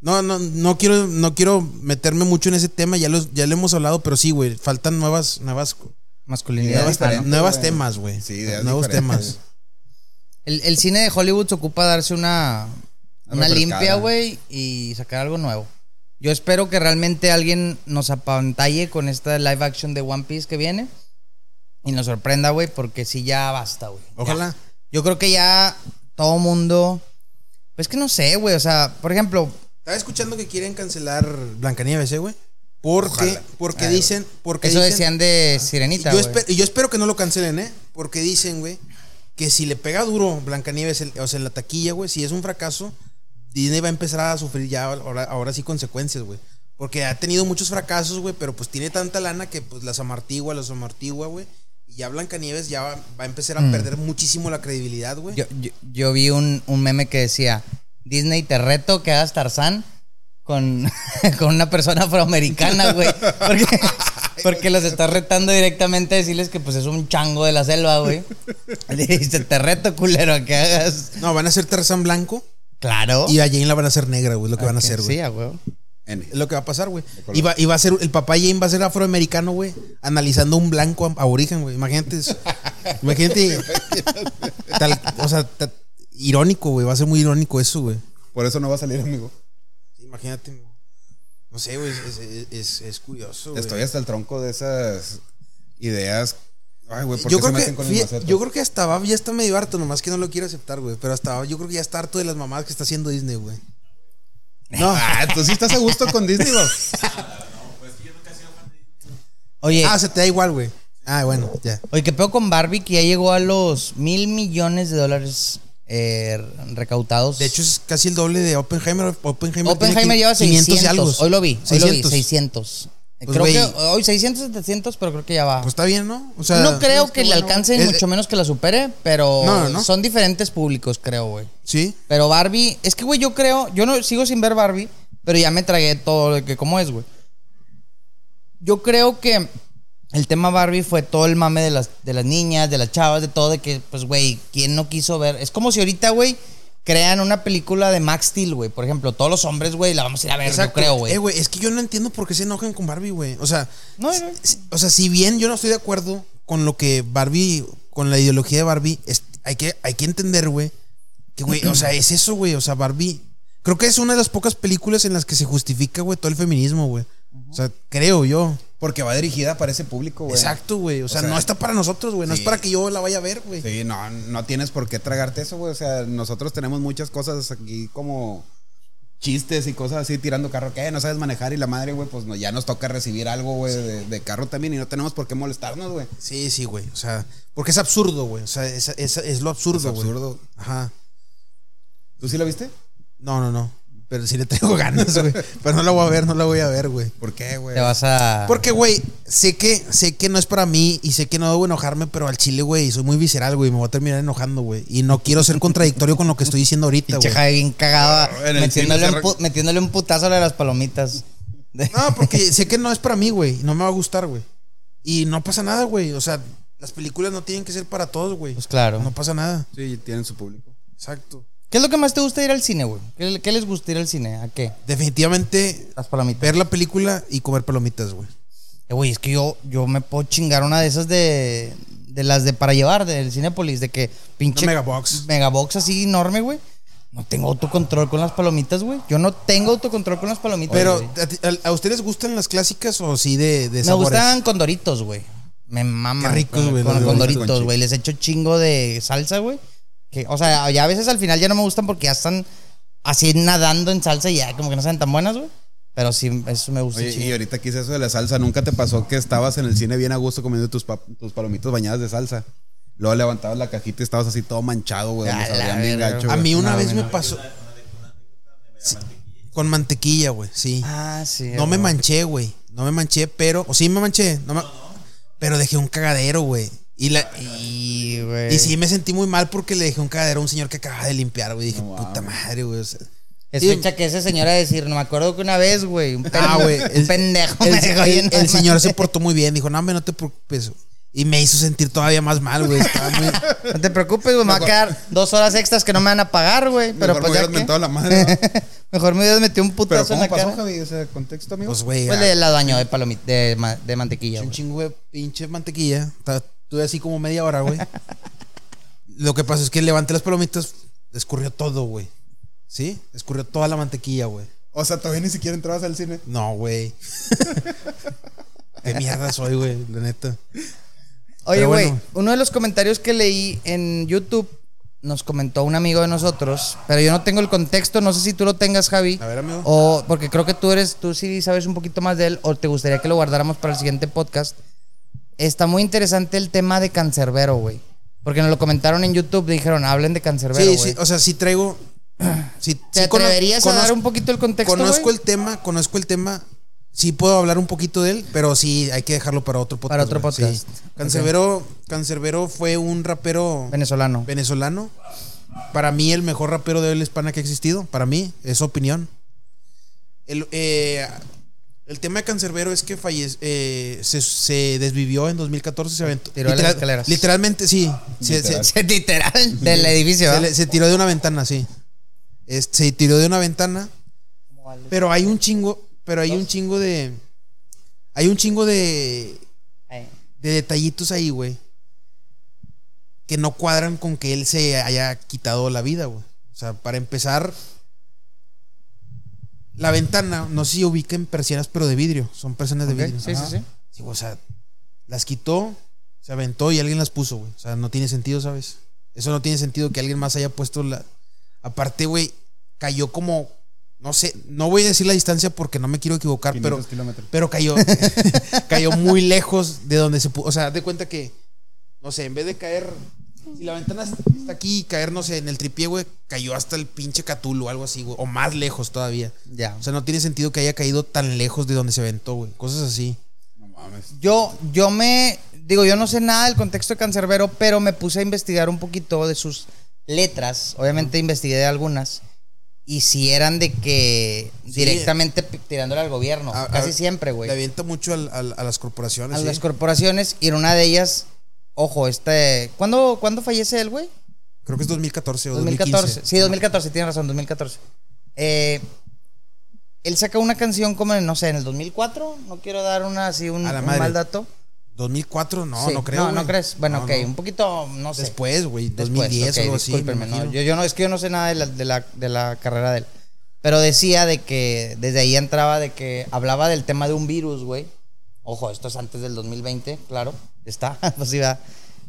No, no, no quiero, no quiero meterme mucho en ese tema. Ya, los, ya lo hemos hablado, pero sí, güey. Faltan nuevas, nuevas Masculinidad. Nuevas, Ideas diferentes, nuevas güey. temas, güey. Sí, ideas Nuevos diferentes. <laughs> temas. El, el cine de Hollywood se ocupa darse una, Una una refrescada. limpia, güey, y sacar algo nuevo. Yo espero que realmente alguien nos apantalle con esta live action de One Piece que viene y nos sorprenda, güey, porque sí ya basta, güey. Ojalá. Yo creo que ya todo mundo. Pues que no sé, güey. O sea, por ejemplo, Estaba escuchando que quieren cancelar Blancanieves, ¿eh, güey? Porque, Ojalá. porque Ay, güey. dicen, porque eso dicen- decían de y Sirenita. yo, güey. espe- y yo espero que no lo cancelen, ¿eh? Porque dicen, güey, que si le pega duro Blancanieves, el- o sea, en la taquilla, güey, si es un fracaso, Disney va a empezar a sufrir ya ahora, ahora sí consecuencias, güey. Porque ha tenido muchos fracasos, güey, pero pues tiene tanta lana que pues las amartigua, las amartigua, güey. Y ya Blancanieves ya va, va a empezar a Mm. perder muchísimo la credibilidad, güey. Yo, yo- yo vi un, un meme que decía: Disney, te reto que hagas Tarzán con, <laughs> con una persona afroamericana, güey. <laughs> Porque, porque los estás retando directamente a decirles que pues es un chango de la selva, güey. <laughs> Le dice: Te reto, culero, a que hagas. No, van a ser Tarzán blanco Claro. y a Jane la van a hacer negra, güey, es lo que van a Oh. Ah, Ok, hacer, güey. Sí, a huevo. N. Es lo que va a pasar, güey. color. Y va, y va a ser, el papá Jane va a ser afroamericano, güey, analizando un blanco ab- aborigen, güey. Imagínate <laughs> eso. Imagínate. tal, o sea, ta- irónico, güey. Va a ser muy irónico eso, güey. Por eso no va a salir, amigo. Imagínate, güey. No sé, güey, es, es- es- es curioso. güey. Estoy hasta el tronco de esas ideas. Ay, güey, ¿por yo creo qué se que, meten con el fíjate, maceto? yo creo que hasta Bab ya está medio harto, nomás que no lo quiere aceptar, güey. Pero hasta Bab, yo creo que ya está harto de las mamadas que está haciendo Disney, güey. No, <laughs> ah, tú sí estás a gusto con Disney, güey. Oye, Ah, se te da igual, güey. Ah, bueno, ya. oye, ¿qué pedo con Barbie que ya llegó a los mil millones de dólares eh, recaudados? De hecho, es casi el doble de Oppenheimer. Oppenheimer, Oppenheimer tiene lleva 600. y algo. Hoy lo vi, hoy lo vi, 600. 600. Pues, creo güey. que hoy 600, 700, pero creo que ya va. Pues está bien, ¿no? O sea, Eh, no creo que le alcance, ni Es- mucho menos que la supere, pero No, no, no. son diferentes públicos, creo, güey. Sí. Pero Barbie, es que, güey, yo creo, yo no sigo sin ver Barbie, pero ya me tragué todo de que cómo es, güey. Yo creo que el tema Barbie fue todo el mame de las, de las niñas, de las chavas, de todo, de que, pues, güey, ¿quién no quiso ver? Es como si ahorita, güey, crean una película de Max Steel, güey. Por ejemplo, todos los hombres, güey, la vamos a ir a ver, Exacto. yo creo, güey. Eh, güey, es que yo no entiendo por qué se enojan con Barbie, güey. O sea, No, s- no. s- o sea, si bien yo no estoy de acuerdo con lo que Barbie, con la ideología de Barbie, es- hay, que, hay que entender, güey, que, güey, o sea, es eso, güey. O sea, Barbie, creo que es una de las pocas películas en las que se justifica, güey, todo el feminismo, güey. O sea, creo yo. Porque va dirigida para ese público, güey. Exacto, güey. O, sea, sea, no está para nosotros, güey. No sí. es para que yo la vaya a ver, güey. Sí, no, no tienes por qué tragarte eso, güey. O sea, nosotros tenemos muchas cosas aquí como chistes y cosas así tirando carro. ¿Qué? No sabes manejar y la madre, güey, pues no, ya nos toca recibir algo, güey, de, de carro también y no tenemos por qué molestarnos, güey. Sí, sí, güey. O sea, porque es absurdo, güey. O sea, es, es- es lo absurdo, Es güey. absurdo. Ajá. ¿Tú sí la viste? No, no, no. Pero sí le tengo <laughs> ganas, güey. Pero no la voy a ver, no la voy a ver, güey. ¿Por qué, güey? Te vas a... Porque, güey, sé que, sé que no es para mí y sé que no debo enojarme, pero al chile, güey, soy muy visceral, güey. Me voy a terminar enojando, güey. Y no quiero ser contradictorio con lo que estoy diciendo <laughs> ahorita, Pinche güey. Javi bien cagada, Ah, en el metiéndole, cine un se pu- metiéndole un putazo a la de las palomitas. No, porque sé que no es para mí, güey. y No me va a gustar, güey. Y no pasa nada, güey. O sea, las películas no tienen que ser para todos, güey. Pues claro. No pasa nada. Sí, tienen su público. Exacto. ¿Qué es lo que más te gusta ir al cine, güey? ¿Qué, qué les gusta ir al cine? ¿A qué? Definitivamente, Las palomitas. ver la película y comer palomitas, güey. Eh, güey, es que yo, yo me puedo chingar una de esas de, de las de para llevar del Cinépolis, de que pinche. Una megabox. Megabox así enorme, güey. No tengo autocontrol con las palomitas, güey. Yo no tengo autocontrol con las palomitas. Pero, güey. ¿a, ti- a- a ustedes gustan las clásicas o sí de, de me sabores? gustan con doritos, güey. Me maman. Qué ricos, con- güey, Con, los Doritos con con doritos, chile. güey. Les echo chingo de salsa, güey. Que, O sea, ya a veces al final ya no me gustan porque ya están así nadando en salsa y ya como que no saben tan buenas, güey. Pero sí, eso me gusta. Oye, chingo. y ahorita quise eso de la salsa. ¿Nunca te pasó que estabas en el cine bien a gusto comiendo tus, pa- tus palomitas bañadas de salsa? Luego levantabas la cajita y estabas así todo manchado, güey. donde A la sabían bien verga. gacho, A güey. mí una No, vez güey, me pasó. Sí, Con mantequilla, güey, sí. Ah, sí. No me güey. manché, güey. No me manché, pero. O sí me manché. no me- Pero dejé un cagadero, güey. Y, la, Y, güey. y sí me sentí muy mal porque le dejé un cagadero a un señor que acababa de limpiar, güey. Dije, puta madre, güey. o sea, Es y- fecha que ese señor a decir, no me acuerdo que una vez, güey. Un, Ah, pen- <laughs> güey. un <laughs> el- pendejo. El, me dejó el- lleno de el señor se madre". portó muy bien. Dijo, no, hombre, no te preocupes. Y me hizo sentir todavía más mal, güey. Estaba muy. No te preocupes, güey. Me va a quedar dos horas extras que no me van a pagar, güey. Pero Mejor me pues ya. hubieras mentado que- <laughs> la madre. ¿no? Mejor me hubieras metido un Pero putazo en ¿cómo la pasó, cara. Javi? Ese contexto, amigo. Pues, güey. Pues a- le la dañó de, palomit de, ma- de mantequilla, un güey. chingo de pinche mantequilla. Ta- Tuve así como media hora, güey. <laughs> Lo que pasó es que levanté las palomitas, escurrió todo, güey. ¿Sí? Escurrió toda la mantequilla, güey. O sea, todavía ni siquiera entrabas al cine. No, güey. <laughs> Qué mierda soy, güey, la neta. Oye, Pero güey, bueno. uno de los comentarios que leí en YouTube nos comentó un amigo de nosotros, pero yo no tengo el contexto, no sé si tú lo tengas, Javi. A ver, amigo. O porque creo que tú eres, tú sí sabes un poquito más de él, o te gustaría que lo guardáramos para el siguiente podcast. Está muy interesante el tema de Cancerbero, güey. Porque nos lo comentaron en YouTube, dijeron, hablen de Cancerbero, Sí, güey. sí, o sea, sí traigo. <clears throat> Sí, ¿Te sí cono- atreverías a conozco- dar un poquito el contexto, Conozco güey? el tema, conozco el tema. Sí puedo hablar un poquito de él, pero sí hay que dejarlo para otro podcast. Para otro güey, sí. podcast. Cancerbero, Cancerbero fue un rapero Venezolano. <laughs> venezolano. Para mí, el mejor rapero de habla hispana que ha existido. Para mí, es opinión. El, eh, el tema de Cancerbero es que falle- eh, se, se desvivió en 2014. Se aventó. Tiró de las escaleras. Literalmente, sí. Se, se- Literal. Literal, del edificio. se ¿verdad? le- se tiró de una ventana, sí. Es- se tiró de una ventana. Pero hay un chingo. pero hay un chingo de. Hay un chingo de. Ay. de detallitos ahí, güey. Que no cuadran con que él se haya quitado la vida, güey. O sea, para empezar. La ventana, no sé si ubiquen persianas, pero de vidrio. Son persianas de Ok, vidrio. sí, Ajá. sí, sí. Sí, o sea, las quitó, se aventó y alguien las puso, güey. O sea, no tiene sentido, ¿sabes? Eso no tiene sentido que alguien más haya puesto la. Aparte, güey, cayó como. No sé, no voy a decir la distancia porque no me quiero equivocar, 500 pero. kilómetros. Pero cayó. <laughs> cayó muy lejos de donde se puso. O sea, haz de cuenta que. No sé, en vez de caer. Si la ventana está aquí y caer, no sé, en el tripié, güey, cayó hasta el pinche Catulo o algo así, güey. O más lejos todavía. Ya. O sea, no tiene sentido que haya caído tan lejos de donde se aventó, güey. Cosas así. No mames. Yo, yo me. Digo, yo no sé nada del contexto de Cancerbero, pero me puse a investigar un poquito de sus letras. Obviamente investigué algunas. Y si eran de que Sí. directamente pi- tirándole al gobierno. A- casi a- siempre, güey. Le avienta mucho al- al- a las corporaciones. a ¿sí? las corporaciones y en una de ellas, ojo, este, ¿cuándo, ¿cuándo fallece él, güey? Creo que es 2014 o 2014. 2014. Sí, 2014, tiene razón, 2014. Eh, él saca una canción como en, no sé, en el 2004, no quiero dar una así un, A la un madre. mal dato. 2004, no, Sí. no creo. No, güey. no crees. Bueno, No, ok, no. un poquito, no sé. Después, güey, Después, 2010 ok, o algo así. discúlpenme, me no, imagino. yo, yo no, es que yo no sé nada de la, de, la, de la carrera de él. Pero decía de que desde ahí entraba de que hablaba del tema de un virus, güey. Ojo, esto es antes del 2020, claro. Está, <laughs> pues sí, ¿verdad?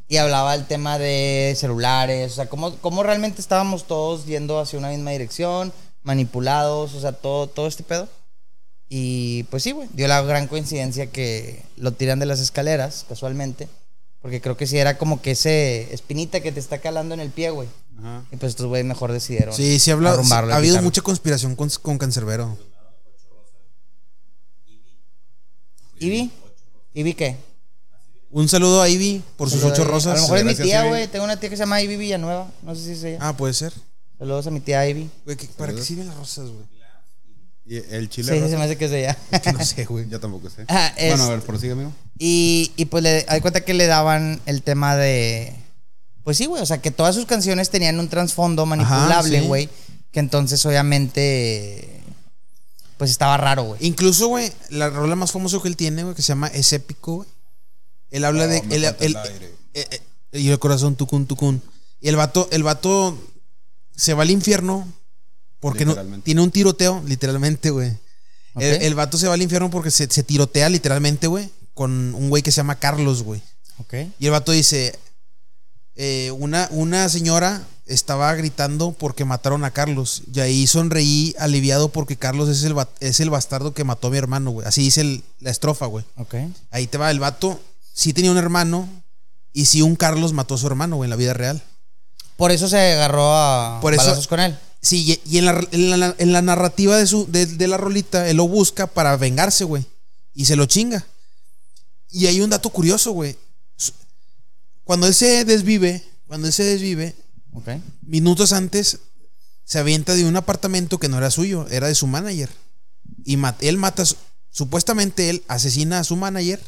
Y hablaba del tema de celulares, o sea, cómo, cómo realmente estábamos todos yendo hacia una misma dirección, manipulados, o sea, todo, todo este pedo. Y pues sí, güey, dio la gran coincidencia que lo tiran de las escaleras, casualmente. Porque creo que sí era como que ese espinita que te está calando en el pie, güey. Ajá. Y pues estos güey mejor decidieron. Sí, sí, habla, sí, arrumbarlo, ha habido quitarlo. mucha conspiración con, con Cancerbero. ¿Y vi? ¿Y vi qué? Un saludo a Ivy por sus Saludos ocho a- rosas. A lo mejor es mi Gracias, tía, Ivy. güey. Tengo una tía que se llama Ivy Villanueva. No sé si es ella. Ah, puede ser. Saludos a mi tía Ivy. Güey, ¿qué- ¿para qué sirven las rosas, güey? <laughs> Y el Sí, chile. sí, rosa? se me hace que es de ella. Que No sé, güey. Yo tampoco sé. Ah, Bueno, a es- ver, prosigue, amigo. Y, y pues le hay cuenta que le daban el tema de. Pues sí, güey. O sea, que todas sus canciones tenían un trasfondo manipulable, sí. güey. Que entonces, obviamente. Pues estaba raro, güey. Incluso, güey, la rola más famosa que él tiene, güey, que se llama Es Épico, güey. Él habla No, de. me él- falta él- el aire. eh, eh, eh, y el corazón, tucun, tucun. Y el vato, el vato se va al infierno porque no, Literalmente. tiene un tiroteo, literalmente, güey. El, Ok. el vato se va al infierno porque se, se tirotea, literalmente, güey, con un güey que se llama Carlos, güey. Ok. Y el vato dice: eh, una, una señora estaba gritando porque mataron a Carlos. Y ahí sonreí aliviado porque Carlos es el, ba- es el bastardo que mató a mi hermano, güey. Así dice el- la estrofa, güey. Ok. Ahí te va, el vato sí tenía un hermano y sí un Carlos mató a su hermano, güey, en la vida real. Por eso se agarró a Por eso- balazos con él. Sí, y, y en, la, en la- en la narrativa de, su, de, de la rolita, él lo busca para vengarse, güey. Y se lo chinga. Y hay un dato curioso, güey. Su- Cuando él se desvive, cuando él se desvive, Ok. minutos antes se avienta de un apartamento que no era suyo, era de su manager. Y ma- él mata, su- supuestamente él asesina a su manager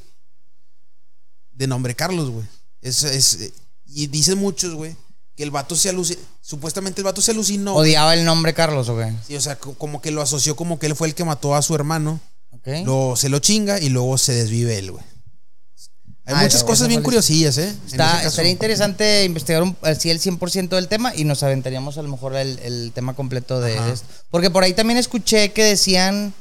de nombre Carlos, güey. Es, es- y dicen muchos, güey, que el vato se alucinó. Supuestamente el vato se alucinó. güey. Odiaba el nombre Carlos, ok. Sí, o sea, co- como que lo asoció como que él fue el que mató a su hermano. Ok. Lo, se lo chinga y luego se desvive él, güey. Hay Ah, muchas esa- cosas esa bien fue la- curiosillas, ¿eh? En ese Está, caso. estaría interesante investigar un- así el 100% del tema y nos aventaríamos a lo mejor el, el tema completo de Ajá. esto. Porque por ahí también escuché que decían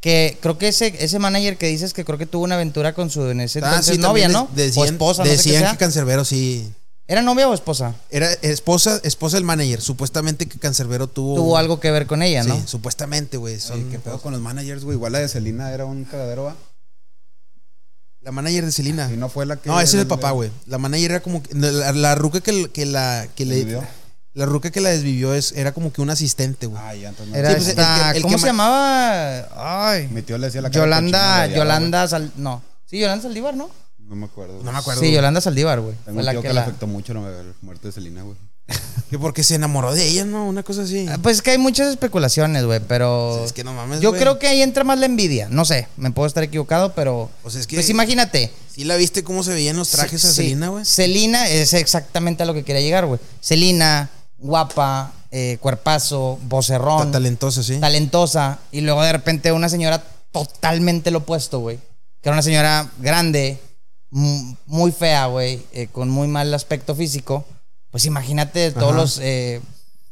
que creo que ese, ese manager que dices que creo que tuvo una aventura con su en ese Ah, entonces sí, novia, también ¿no? de- Decían, o esposa, no sé qué decían sea. que Cancerbero sí. ¿Era novia o esposa? Era esposa, esposa del manager. Supuestamente que Cancerbero tuvo. Tuvo algo que ver con ella, Uh. Sí, ¿no? supuestamente, güey. son- Oye, ¿Qué pedo con los managers, güey? Igual la de Selena era un cagadero, ¿va? La manager de Selena. Y no fue la que. Ah. No, ese era el papá, güey. La manager era como. que- La, la ruca que, l- que la. Que le, Desvivió. la ruca que la desvivió es, era como que un asistente, güey. Ah, ya, entonces. no. Era Sí, pues, el esta- que- el ¿Cómo que se ma- llamaba? Ay. Mi tío le decía la cara cochina Yolanda, de allá, Yolanda, Sal- no. Sí, Yolanda Saldívar, ¿no? güey. No me acuerdo. güey. No me acuerdo. Sí, güey. Yolanda Saldívar, güey. Tengo Fue un la tío que que le la- afectó mucho la la muerte de Selena, güey. Que porque se enamoró de ella, ¿no? Una cosa así. Ah, Pues es que hay muchas especulaciones, güey, pero... Es que no mames, Yo güey. creo que ahí entra más la envidia. No sé, me puedo estar equivocado, pero... O sea, es que- Pues imagínate. ¿Sí la viste cómo se veían los trajes a Sí, Selena, güey? Selena es exactamente a lo que quería llegar, güey. Selena, guapa, eh, cuerpazo, vocerrón, Ta- Talentosa, sí. talentosa, y luego de repente una señora totalmente lo opuesto, güey. Que era una señora grande, mu- muy fea, güey, eh, con muy mal aspecto físico. Pues imagínate todos Ajá. los eh,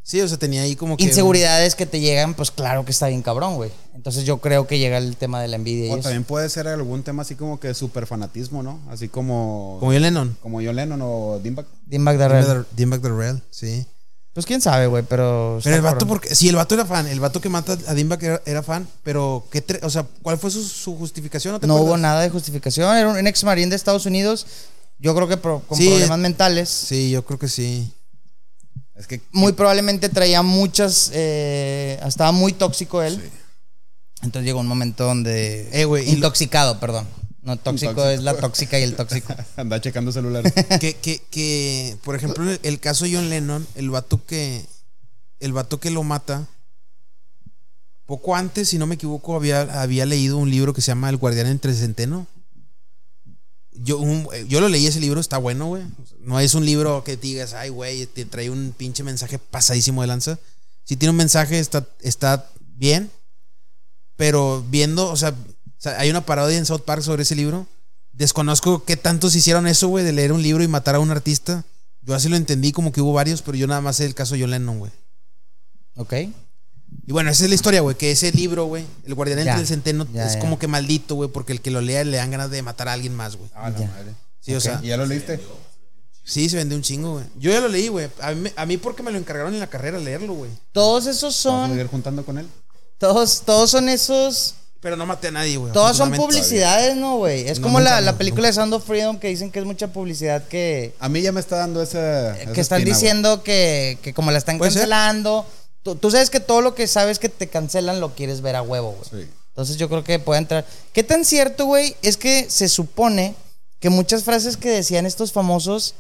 Sí, o sea, tenía ahí como que. inseguridades que te llegan, pues claro que está bien cabrón, güey. Entonces yo creo que llega el tema de la envidia. y Oh, O eso. también puede ser algún tema así como que superfanatismo, ¿no? Así como. Como yo Lennon. Como John Lennon o Dimback. Dean McDarrell. Dimback the Real, sí. Pues quién sabe, güey, pero... Pero está el vato, cabrón. porque. Sí, el vato era fan. El vato que mata a Dimback era, era fan. Pero, ¿qué tre- o sea, ¿cuál fue su, su justificación? ¿No, te No hubo acuerdas? nada de justificación. Era un un ex marín de Estados Unidos, yo creo que pro- con Sí. problemas mentales. Sí, yo creo que sí. Es que. <laughs> muy probablemente traía muchas. eh, estaba muy tóxico él. Entonces llegó un momento donde. Eh, güey, y lo- intoxicado, perdón. No, tóxico, Intoxico. es la tóxica y el <laughs> tóxico. Anda checando celulares. que, que, que, por ejemplo, el- el caso de John Lennon, el vato que. El vato que lo mata. Poco antes, si no me equivoco, había, había leído un libro que se llama El Guardián entre Centeno. Yo, un- yo lo leí ese libro, está bueno, güey. No es un libro que te digas, ay, güey, te trae un pinche mensaje pasadísimo de lanza. Si tiene un mensaje, está, está bien. Pero viendo, o sea, o sea, hay una parodia en South Park sobre ese libro. Desconozco qué tantos hicieron eso, güey, de leer un libro y matar a un artista. Yo así lo entendí, como que hubo varios, pero yo nada más sé el caso de John Lennon, güey. ¿Ok? Y bueno, esa es la historia, güey, que ese libro, güey, El Guardián Ya, entre el Centeno, ya, es ya. como que maldito, güey, porque el que lo lea le dan ganas de matar a alguien más, güey. Ah, la Ya. madre. Sí, o sea, ¿Y ya lo leíste? sí, se vende un chingo, güey. Yo ya lo leí, güey. A mí, a mí porque me lo encargaron en la carrera leerlo, güey. Todos esos ¿Vas a son. seguir juntando con él? Todos, todos son esos. Pero no maté a nadie, güey. Todas son afortunadamente. publicidades, ¿no, güey? Es No, como nunca, la, la no, película de Sound of Freedom que dicen que es mucha publicidad que. A mí ya me está dando esa. esa que están espina, güey. diciendo que, que como la están Puede ser. cancelando. Tú, tú sabes que todo lo que sabes que te cancelan lo quieres ver a huevo, güey. Sí. Entonces yo creo que puede entrar. ¿Qué tan cierto, güey? Es que se supone que muchas frases que decían estos famosos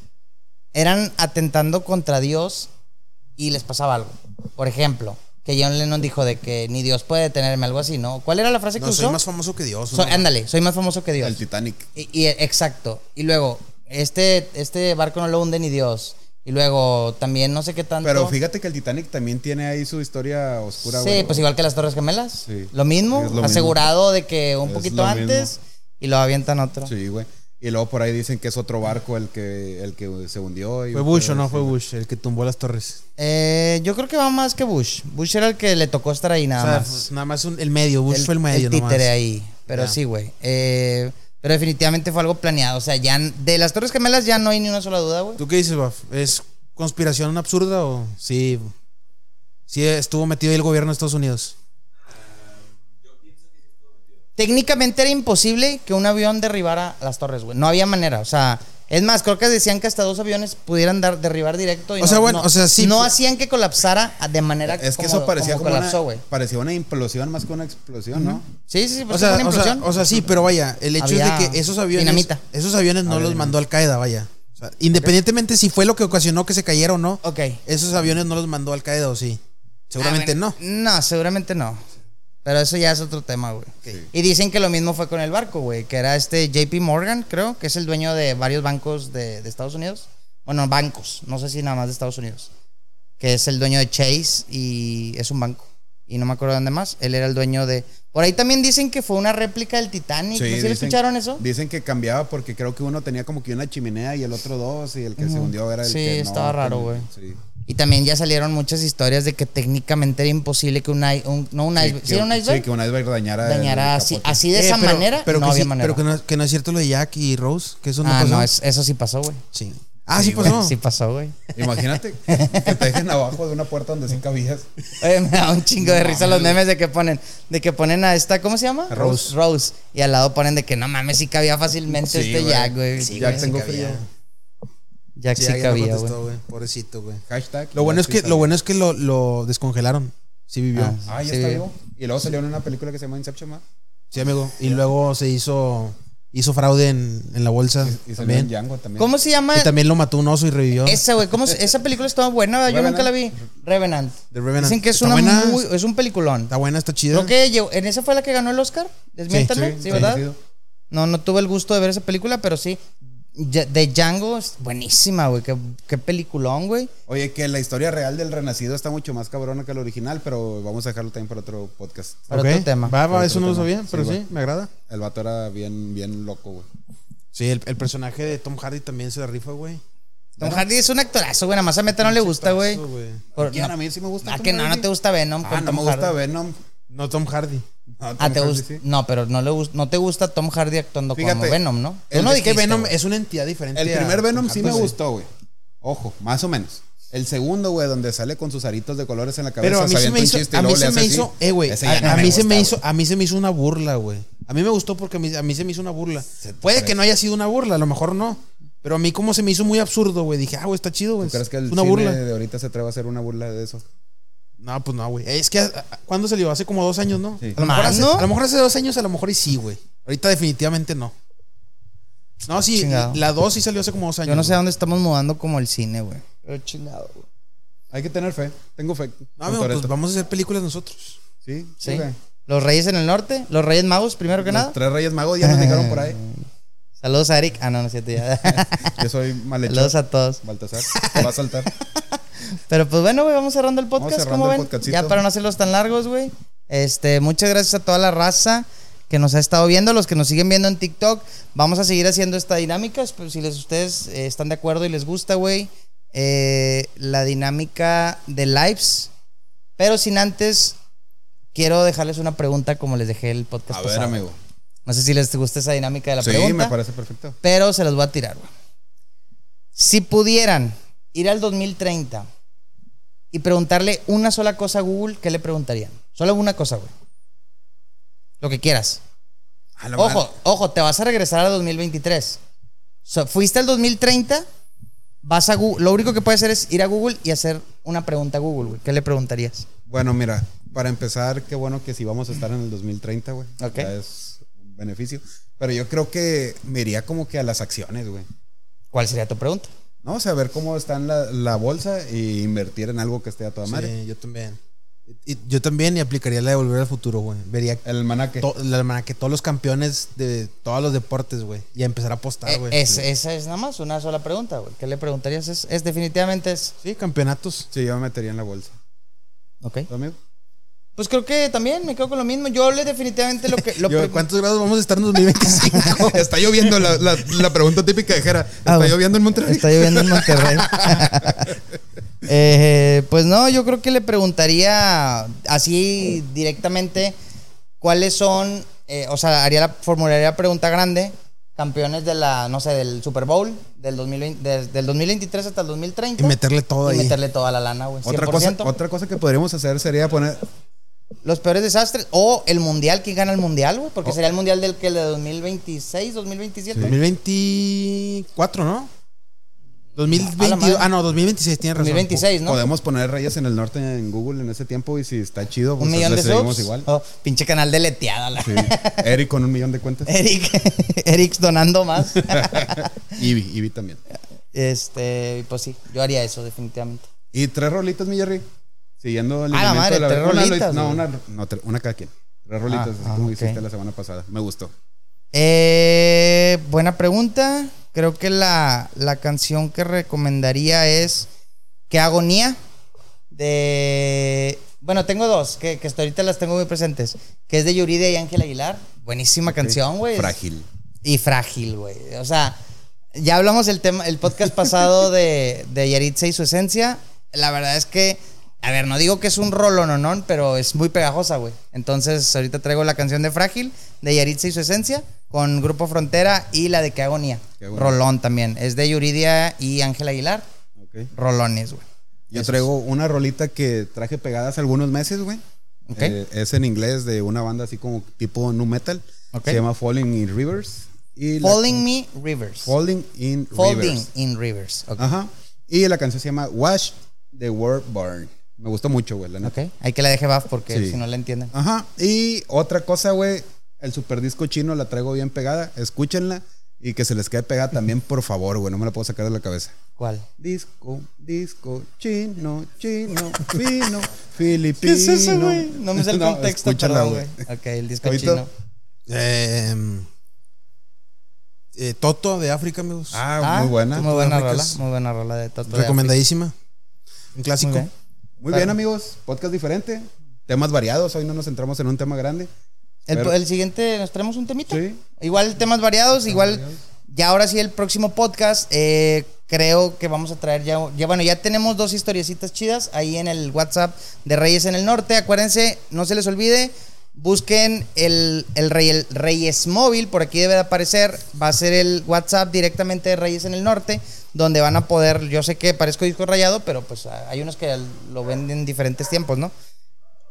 eran atentando contra Dios y les pasaba algo. Por ejemplo, que John Lennon dijo de que ni Dios puede detenerme, algo así, ¿no? ¿Cuál era la frase que No, usó? soy más famoso que Dios. Soy- ¿no? ándale, soy más famoso que Dios. El Titanic. Y, y- eh, exacto. Y luego, este, este barco no lo hunde ni Dios. Y luego, también no sé qué tanto. Pero fíjate que el Titanic también tiene ahí su historia oscura, Sí, güey. pues igual que las Torres Gemelas. Sí. Lo mismo, Es lo asegurado de que un Es poquito lo antes y lo avientan otro. Sí, güey. Y luego por ahí dicen que es otro barco el que, el que se hundió. y- pues, Fue Bush o no fue Bush el que tumbó las torres. Eh, yo creo que va más que Bush. Bush era el que le tocó estar ahí nada o sea, más. pues, nada más un- el medio, Bush fue el medio, títere nomás. ahí. Pero Ya. sí, güey. Eh, pero definitivamente fue algo planeado. O sea, ya n- de las Torres Gemelas ya no hay ni una sola duda, güey. ¿Tú qué dices, Baf? ¿Es conspiración absurda o sí? Sí estuvo metido ahí el gobierno de Estados Unidos. Técnicamente era imposible que un avión derribara las torres, güey. No había manera. O sea, es más, creo que decían que hasta dos aviones pudieran dar, derribar directo. Y O no- sea, bueno, no- o sea, sí, No pu- hacían que colapsara de manera Es que como- eso parecía como como, una- colapsó, güey. parecía una implosión más que una explosión, ¿no? Sí, sí, sí. O sea, parecía Pues una o, sea, implosión. o sea, sí, pero vaya, el hecho Había es de que esos aviones. dinamita. Esos aviones no los mandó Al Qaeda, vaya. O sea, independientemente si fue lo que ocasionó que se cayera o no, Ok. esos aviones no los mandó Al Qaeda o sí. Seguramente Ah, bueno, no. No, seguramente no. Pero eso ya es otro tema, güey. Y dicen que lo mismo fue con el barco, güey. Que era este JP Morgan, creo, que es el dueño de varios bancos de, de Estados Unidos. Bueno, bancos, no sé si nada más de Estados Unidos. Que es el dueño de Chase y es un banco. Y no me acuerdo dónde más. Él era el dueño de. Por ahí también dicen que fue una réplica del Titanic. ¿No sé si lo dicen- escucharon eso? Dicen que cambiaba porque creo que uno tenía como que una chimenea y el otro dos y el que se Ujú. hundió era el Sí, que no, estaba raro, que- güey. Sí. Y también ya salieron muchas historias de que técnicamente era imposible que un. i- un- no, un iceberg. que- ¿Sí era un iceberg? Sí, que un iceberg dañara. el dañará así, capote. así de Eh, esa pero- manera, pero no que había sí- manera. Pero que no, que no es cierto lo de Jack y Rose, que eso no ah, pasó. no, es- eso sí pasó, güey. Sí. Ah, sí, pasó. Sí pasó, <laughs> güey. Imagínate que te dejen abajo de una puerta donde sí cabías. Oye, Eh, me da un chingo de risa los memes de que ponen, de que ponen a esta, ¿cómo se llama? A Rose. Rose. Y al lado ponen de que no mames, sí cabía fácilmente Sí, este güey. Jack, güey. Sí, Jack güey, tengo sí cabía. frío. Jack Sí, sí, alguien no cabía, güey. contestó, güey. Pobrecito, güey. Hashtag. Lo bueno es sí que, salió. lo, bueno es que lo, lo descongelaron. Sí vivió. Ah. Ah, ya Sí, está bien. vivo. Y luego salió en una película que se llama Inception, ¿ma? Sí, amigo. Y luego se hizo hizo fraude en, en la bolsa Y salió en también. Django también. ¿Cómo se llama? Y también lo mató un oso y revivió. Esa, güey, ¿cómo se- esa película estaba buena, güey, yo Revenant. nunca la vi. Revenant. The Revenant. Dicen que es Está una buena, muy- es un peliculón. Está buena, está chida. Creo que llevo- en esa fue la que ganó el Oscar. Desmiéntame, sí, ¿verdad? Sí, sí. No, no tuve el gusto de ver esa película, pero sí. Ya- de Django, es buenísima, güey. Qué, qué peliculón, güey. Oye, que la historia real del renacido está mucho más cabrona que la original, pero vamos a dejarlo también para otro podcast. Para Ok. otro tema. Va, va, Para eso otro no lo tema. sabía, Sí, pero sí, güey. me agrada. El vato era bien, bien loco, güey. Sí, el, el personaje de Tom Hardy también se la rifa, güey. Tom Hardy es un actorazo, güey. Nada más a Meta no le gusta, güey. Eso, güey. Por- ¿Quién? no- a mí sí me gusta. Ah, Tom que no, Hardy. no te gusta Venom. Ah, con no Tom me gusta Hardy. Venom. No Tom Hardy. No, Ah, Tom te Hardy gusta. sí. No, pero no, le gust- no te gusta Tom Hardy actuando como Fíjate, Venom, ¿no? Tú Yo no no dije dijiste, Venom güey. es una entidad diferente. El a primer Tom Venom sí me Hardy. Pues gustó, güey. Ojo, más o menos. El segundo, güey, donde sale con sus aritos de colores en la cabeza. Pero a mí se avienta me un hizo, chiste y a mí luego le se hace me así. hizo, eh, güey, Ese ya a, no a me mí se gusta, me güey. hizo, a mí se me hizo una burla, güey. A mí me gustó porque a mí, a mí se me hizo una burla. Puede que no haya sido una burla, a lo mejor no. Pero a mí como se me hizo muy absurdo, güey, dije, ah, güey, está chido, güey. ¿Tú crees que el es una cine burla. de ahorita se atreve a hacer una burla de eso? No, pues no, güey. Es que, a- a- ¿cuándo salió? Hace como dos años, ¿no? Sí. A, lo mejor ¿Más, hace, ¿Ah, no? a lo mejor hace dos años, a lo mejor y sí, güey. Ahorita definitivamente no. No, sí, Chingado. la dos sí salió hace como dos años. Yo no sé a güey. dónde estamos mudando como el cine, güey. Pero chingado, güey. Hay que tener fe. Tengo fe. No, con amigo, pues Toretto. vamos a hacer películas nosotros. Sí, Sí. güey. Los Reyes en el Norte, los Reyes Magos, primero que nada. Los tres reyes magos <laughs> ya nos dejaron por ahí. Saludos a Eric. Ah, no, no es cierto <laughs> ya. Yo soy malhechor. Saludos a todos. Baltasar, te va <laughs> a saltar. Pero pues bueno, güey, vamos cerrando el podcast, cerrando como el ven. podcastito. Ya para no hacerlos tan largos, güey. Este, muchas gracias a toda la raza que nos ha estado viendo, los que nos siguen viendo en TikTok. Vamos a seguir haciendo esta dinámica. esp- Si les, ustedes eh, están de acuerdo y les gusta, güey. eh, la dinámica de lives. Pero sin antes, quiero dejarles una pregunta como les dejé el podcast A ver, pasado. amigo. No sé si les gusta esa dinámica de la sí, pregunta. me parece perfecto. Pero se las voy a tirar, güey. Si pudieran ir al 2030 y preguntarle una sola cosa a Google, ¿qué le preguntarían? Solo una cosa, güey. Lo que quieras. A la Ojo, madre. ojo, te vas a regresar al 2023. So, fuiste al 2030, vas a Google. Lo único que puedes hacer es ir a Google y hacer una pregunta a Google, güey. ¿Qué le preguntarías? Bueno, mira, para empezar, qué bueno que si vamos a estar en el 2030, güey. Ok. Ya es un beneficio. Pero yo creo que me iría como que a las acciones, güey. ¿Cuál sería tu pregunta? ¿No? O sea, ver cómo está en la, la bolsa e invertir en algo que esté a toda madre. Sí, yo también. Y- y- yo también y aplicaría la de Volver al Futuro, güey. Vería El manaque. Eh, to- la hermana que todos los campeones de todos los deportes, güey. Y a empezar a apostar, Eh, güey. es- esa es nada más una sola pregunta, güey. ¿Qué le preguntarías? Es, es definitivamente es. Sí, campeonatos. Sí, yo me metería en la bolsa. Ok. <laughs> ¿Tú, amigo? <laughs> Pues creo que también me quedo con lo mismo. Yo hablé definitivamente lo <laughs> que. Lo Yo, pre- ¿Cuántos grados vamos a estar en <laughs> 2025? está lloviendo la, la- la pregunta típica de Jera. Está Ah, bueno. lloviendo en Monterrey. Está lloviendo en <laughs> Monterrey. Eh, pues no, yo creo que le preguntaría así directamente cuáles son. eh, o sea, haría la, formularía pregunta grande. Campeones de la, no sé, del Super Bowl del, 2020, del- del 2023 hasta el 2030. y meterle todo Y ahí. meterle toda la lana, güey. Otra cosa, 100%. otra cosa que podríamos hacer sería poner. Los peores desastres. O el mundial. ¿Quién gana el mundial, güey? Porque Oh. sería el mundial del que el de 2026, 2027. 2024, ¿no? A la 2022. madre. Ah, no, 2026, tienes razón. 2026, ¿no? Podemos poner Reyes en el Norte en Google en ese tiempo y si está chido, Un pues millón le de seguimos subs. igual. Oh, pinche canal deleteada. La. Sí. Eric con un millón de cuentas. <laughs> Eric, <laughs> Eric donando más. <laughs> Ivy, Ivy también. este, pues sí, yo haría eso definitivamente. Y tres rolitas, mi Jerry. Siguiendo el A la madre, lineamiento de tres Una lo- rolitas, No, güey. una, no, tre- una cada quien. Tres rolitas, así ah, como ok. hiciste la semana pasada. Me gustó. Eh, buena pregunta. Creo que la, la canción que recomendaría es ¿Qué agonía? De... Bueno, tengo dos, que, que hasta ahorita las tengo muy presentes. Que es de Yuridia y Ángel Aguilar. Buenísima canción, güey. Es- Frágil. Y frágil, güey. O sea, ya hablamos el tema, el podcast <laughs> pasado de, de Yaritza y su esencia. La verdad es que, a ver, no digo que es un rolo, no, no, pero es muy pegajosa, güey. Entonces, ahorita traigo la canción de Frágil, de Yaritza y su esencia, con Grupo Frontera y la de Qué Agonía. Qué bueno. Rolón también. Es de Yuridia y Ángel Aguilar. Ok. Rolones, güey. Yo traigo una rolita que traje pegadas algunos meses, güey. Ok. Eh, es en inglés de una banda así como tipo nu metal. Ok. Se llama Falling in Rivers. Y la- Falling Me Rivers. Falling in Folding Rivers. Ah, in Rivers. Ok. Ajá. Y la canción se llama Wash the World Burn. Me gustó mucho, güey, la neta. Ok. Hay que la deje Baf porque Sí. Ah. si no la entienden. Ajá. Y otra cosa, güey, el super disco chino la traigo bien pegada. Escúchenla y que se les quede pegada también, por favor, güey. No me la puedo sacar de la cabeza. ¿Cuál? Disco, disco, chino, chino, fino, <laughs> filipino. ¿Qué es eso, güey? No me sé el No, contexto, escúchala, perdón, güey. Ok, el disco Ahorita- chino. Eh, Em, eh, Toto de África, amigos. Ah, muy buena. Muy buena rola. Ricas. Muy buena rola de Toto. de Recomendadísima. Un África. Muy clásico. bien. Muy Ah. bien, amigos. Podcast diferente. Temas variados. Hoy no nos centramos en un tema grande. El, Pero- el siguiente, ¿nos traemos un temita? Sí. Igual temas variados, igual. Ya ahora sí, el próximo podcast, eh, creo que vamos a traer ya, ya. Bueno, ya tenemos dos historiecitas chidas ahí en el WhatsApp de Reyes en el Norte. Acuérdense, no se les olvide. Busquen el, el, Rey- el Reyes Móvil, por aquí debe de aparecer. Va a ser el WhatsApp directamente de Reyes en el Norte, donde van a poder. Yo sé que parezco disco rayado, pero pues ah, hay unos que lo venden en diferentes tiempos, ¿no?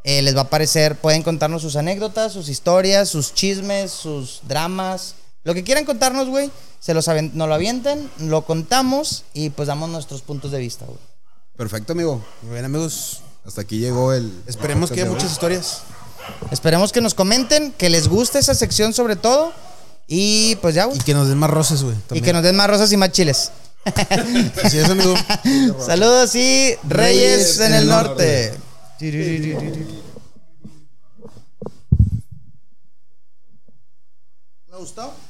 Eh, les va a aparecer, pueden contarnos sus anécdotas, sus historias, sus chismes, sus dramas. Lo que quieran contarnos, güey, se los aven- nos lo avientan, lo contamos y pues damos nuestros puntos de vista, güey. Perfecto, amigo. Muy bien, amigos. Hasta aquí llegó el. Esperemos que haya muchas historias. Esperemos que nos comenten, que les guste esa sección sobre todo y pues ya, güey. Y que nos den más roces, güey. Y también. que nos den más rosas y más chiles. Así es, amigo. Saludos y Reyes, en el norte. ¿Me gustó?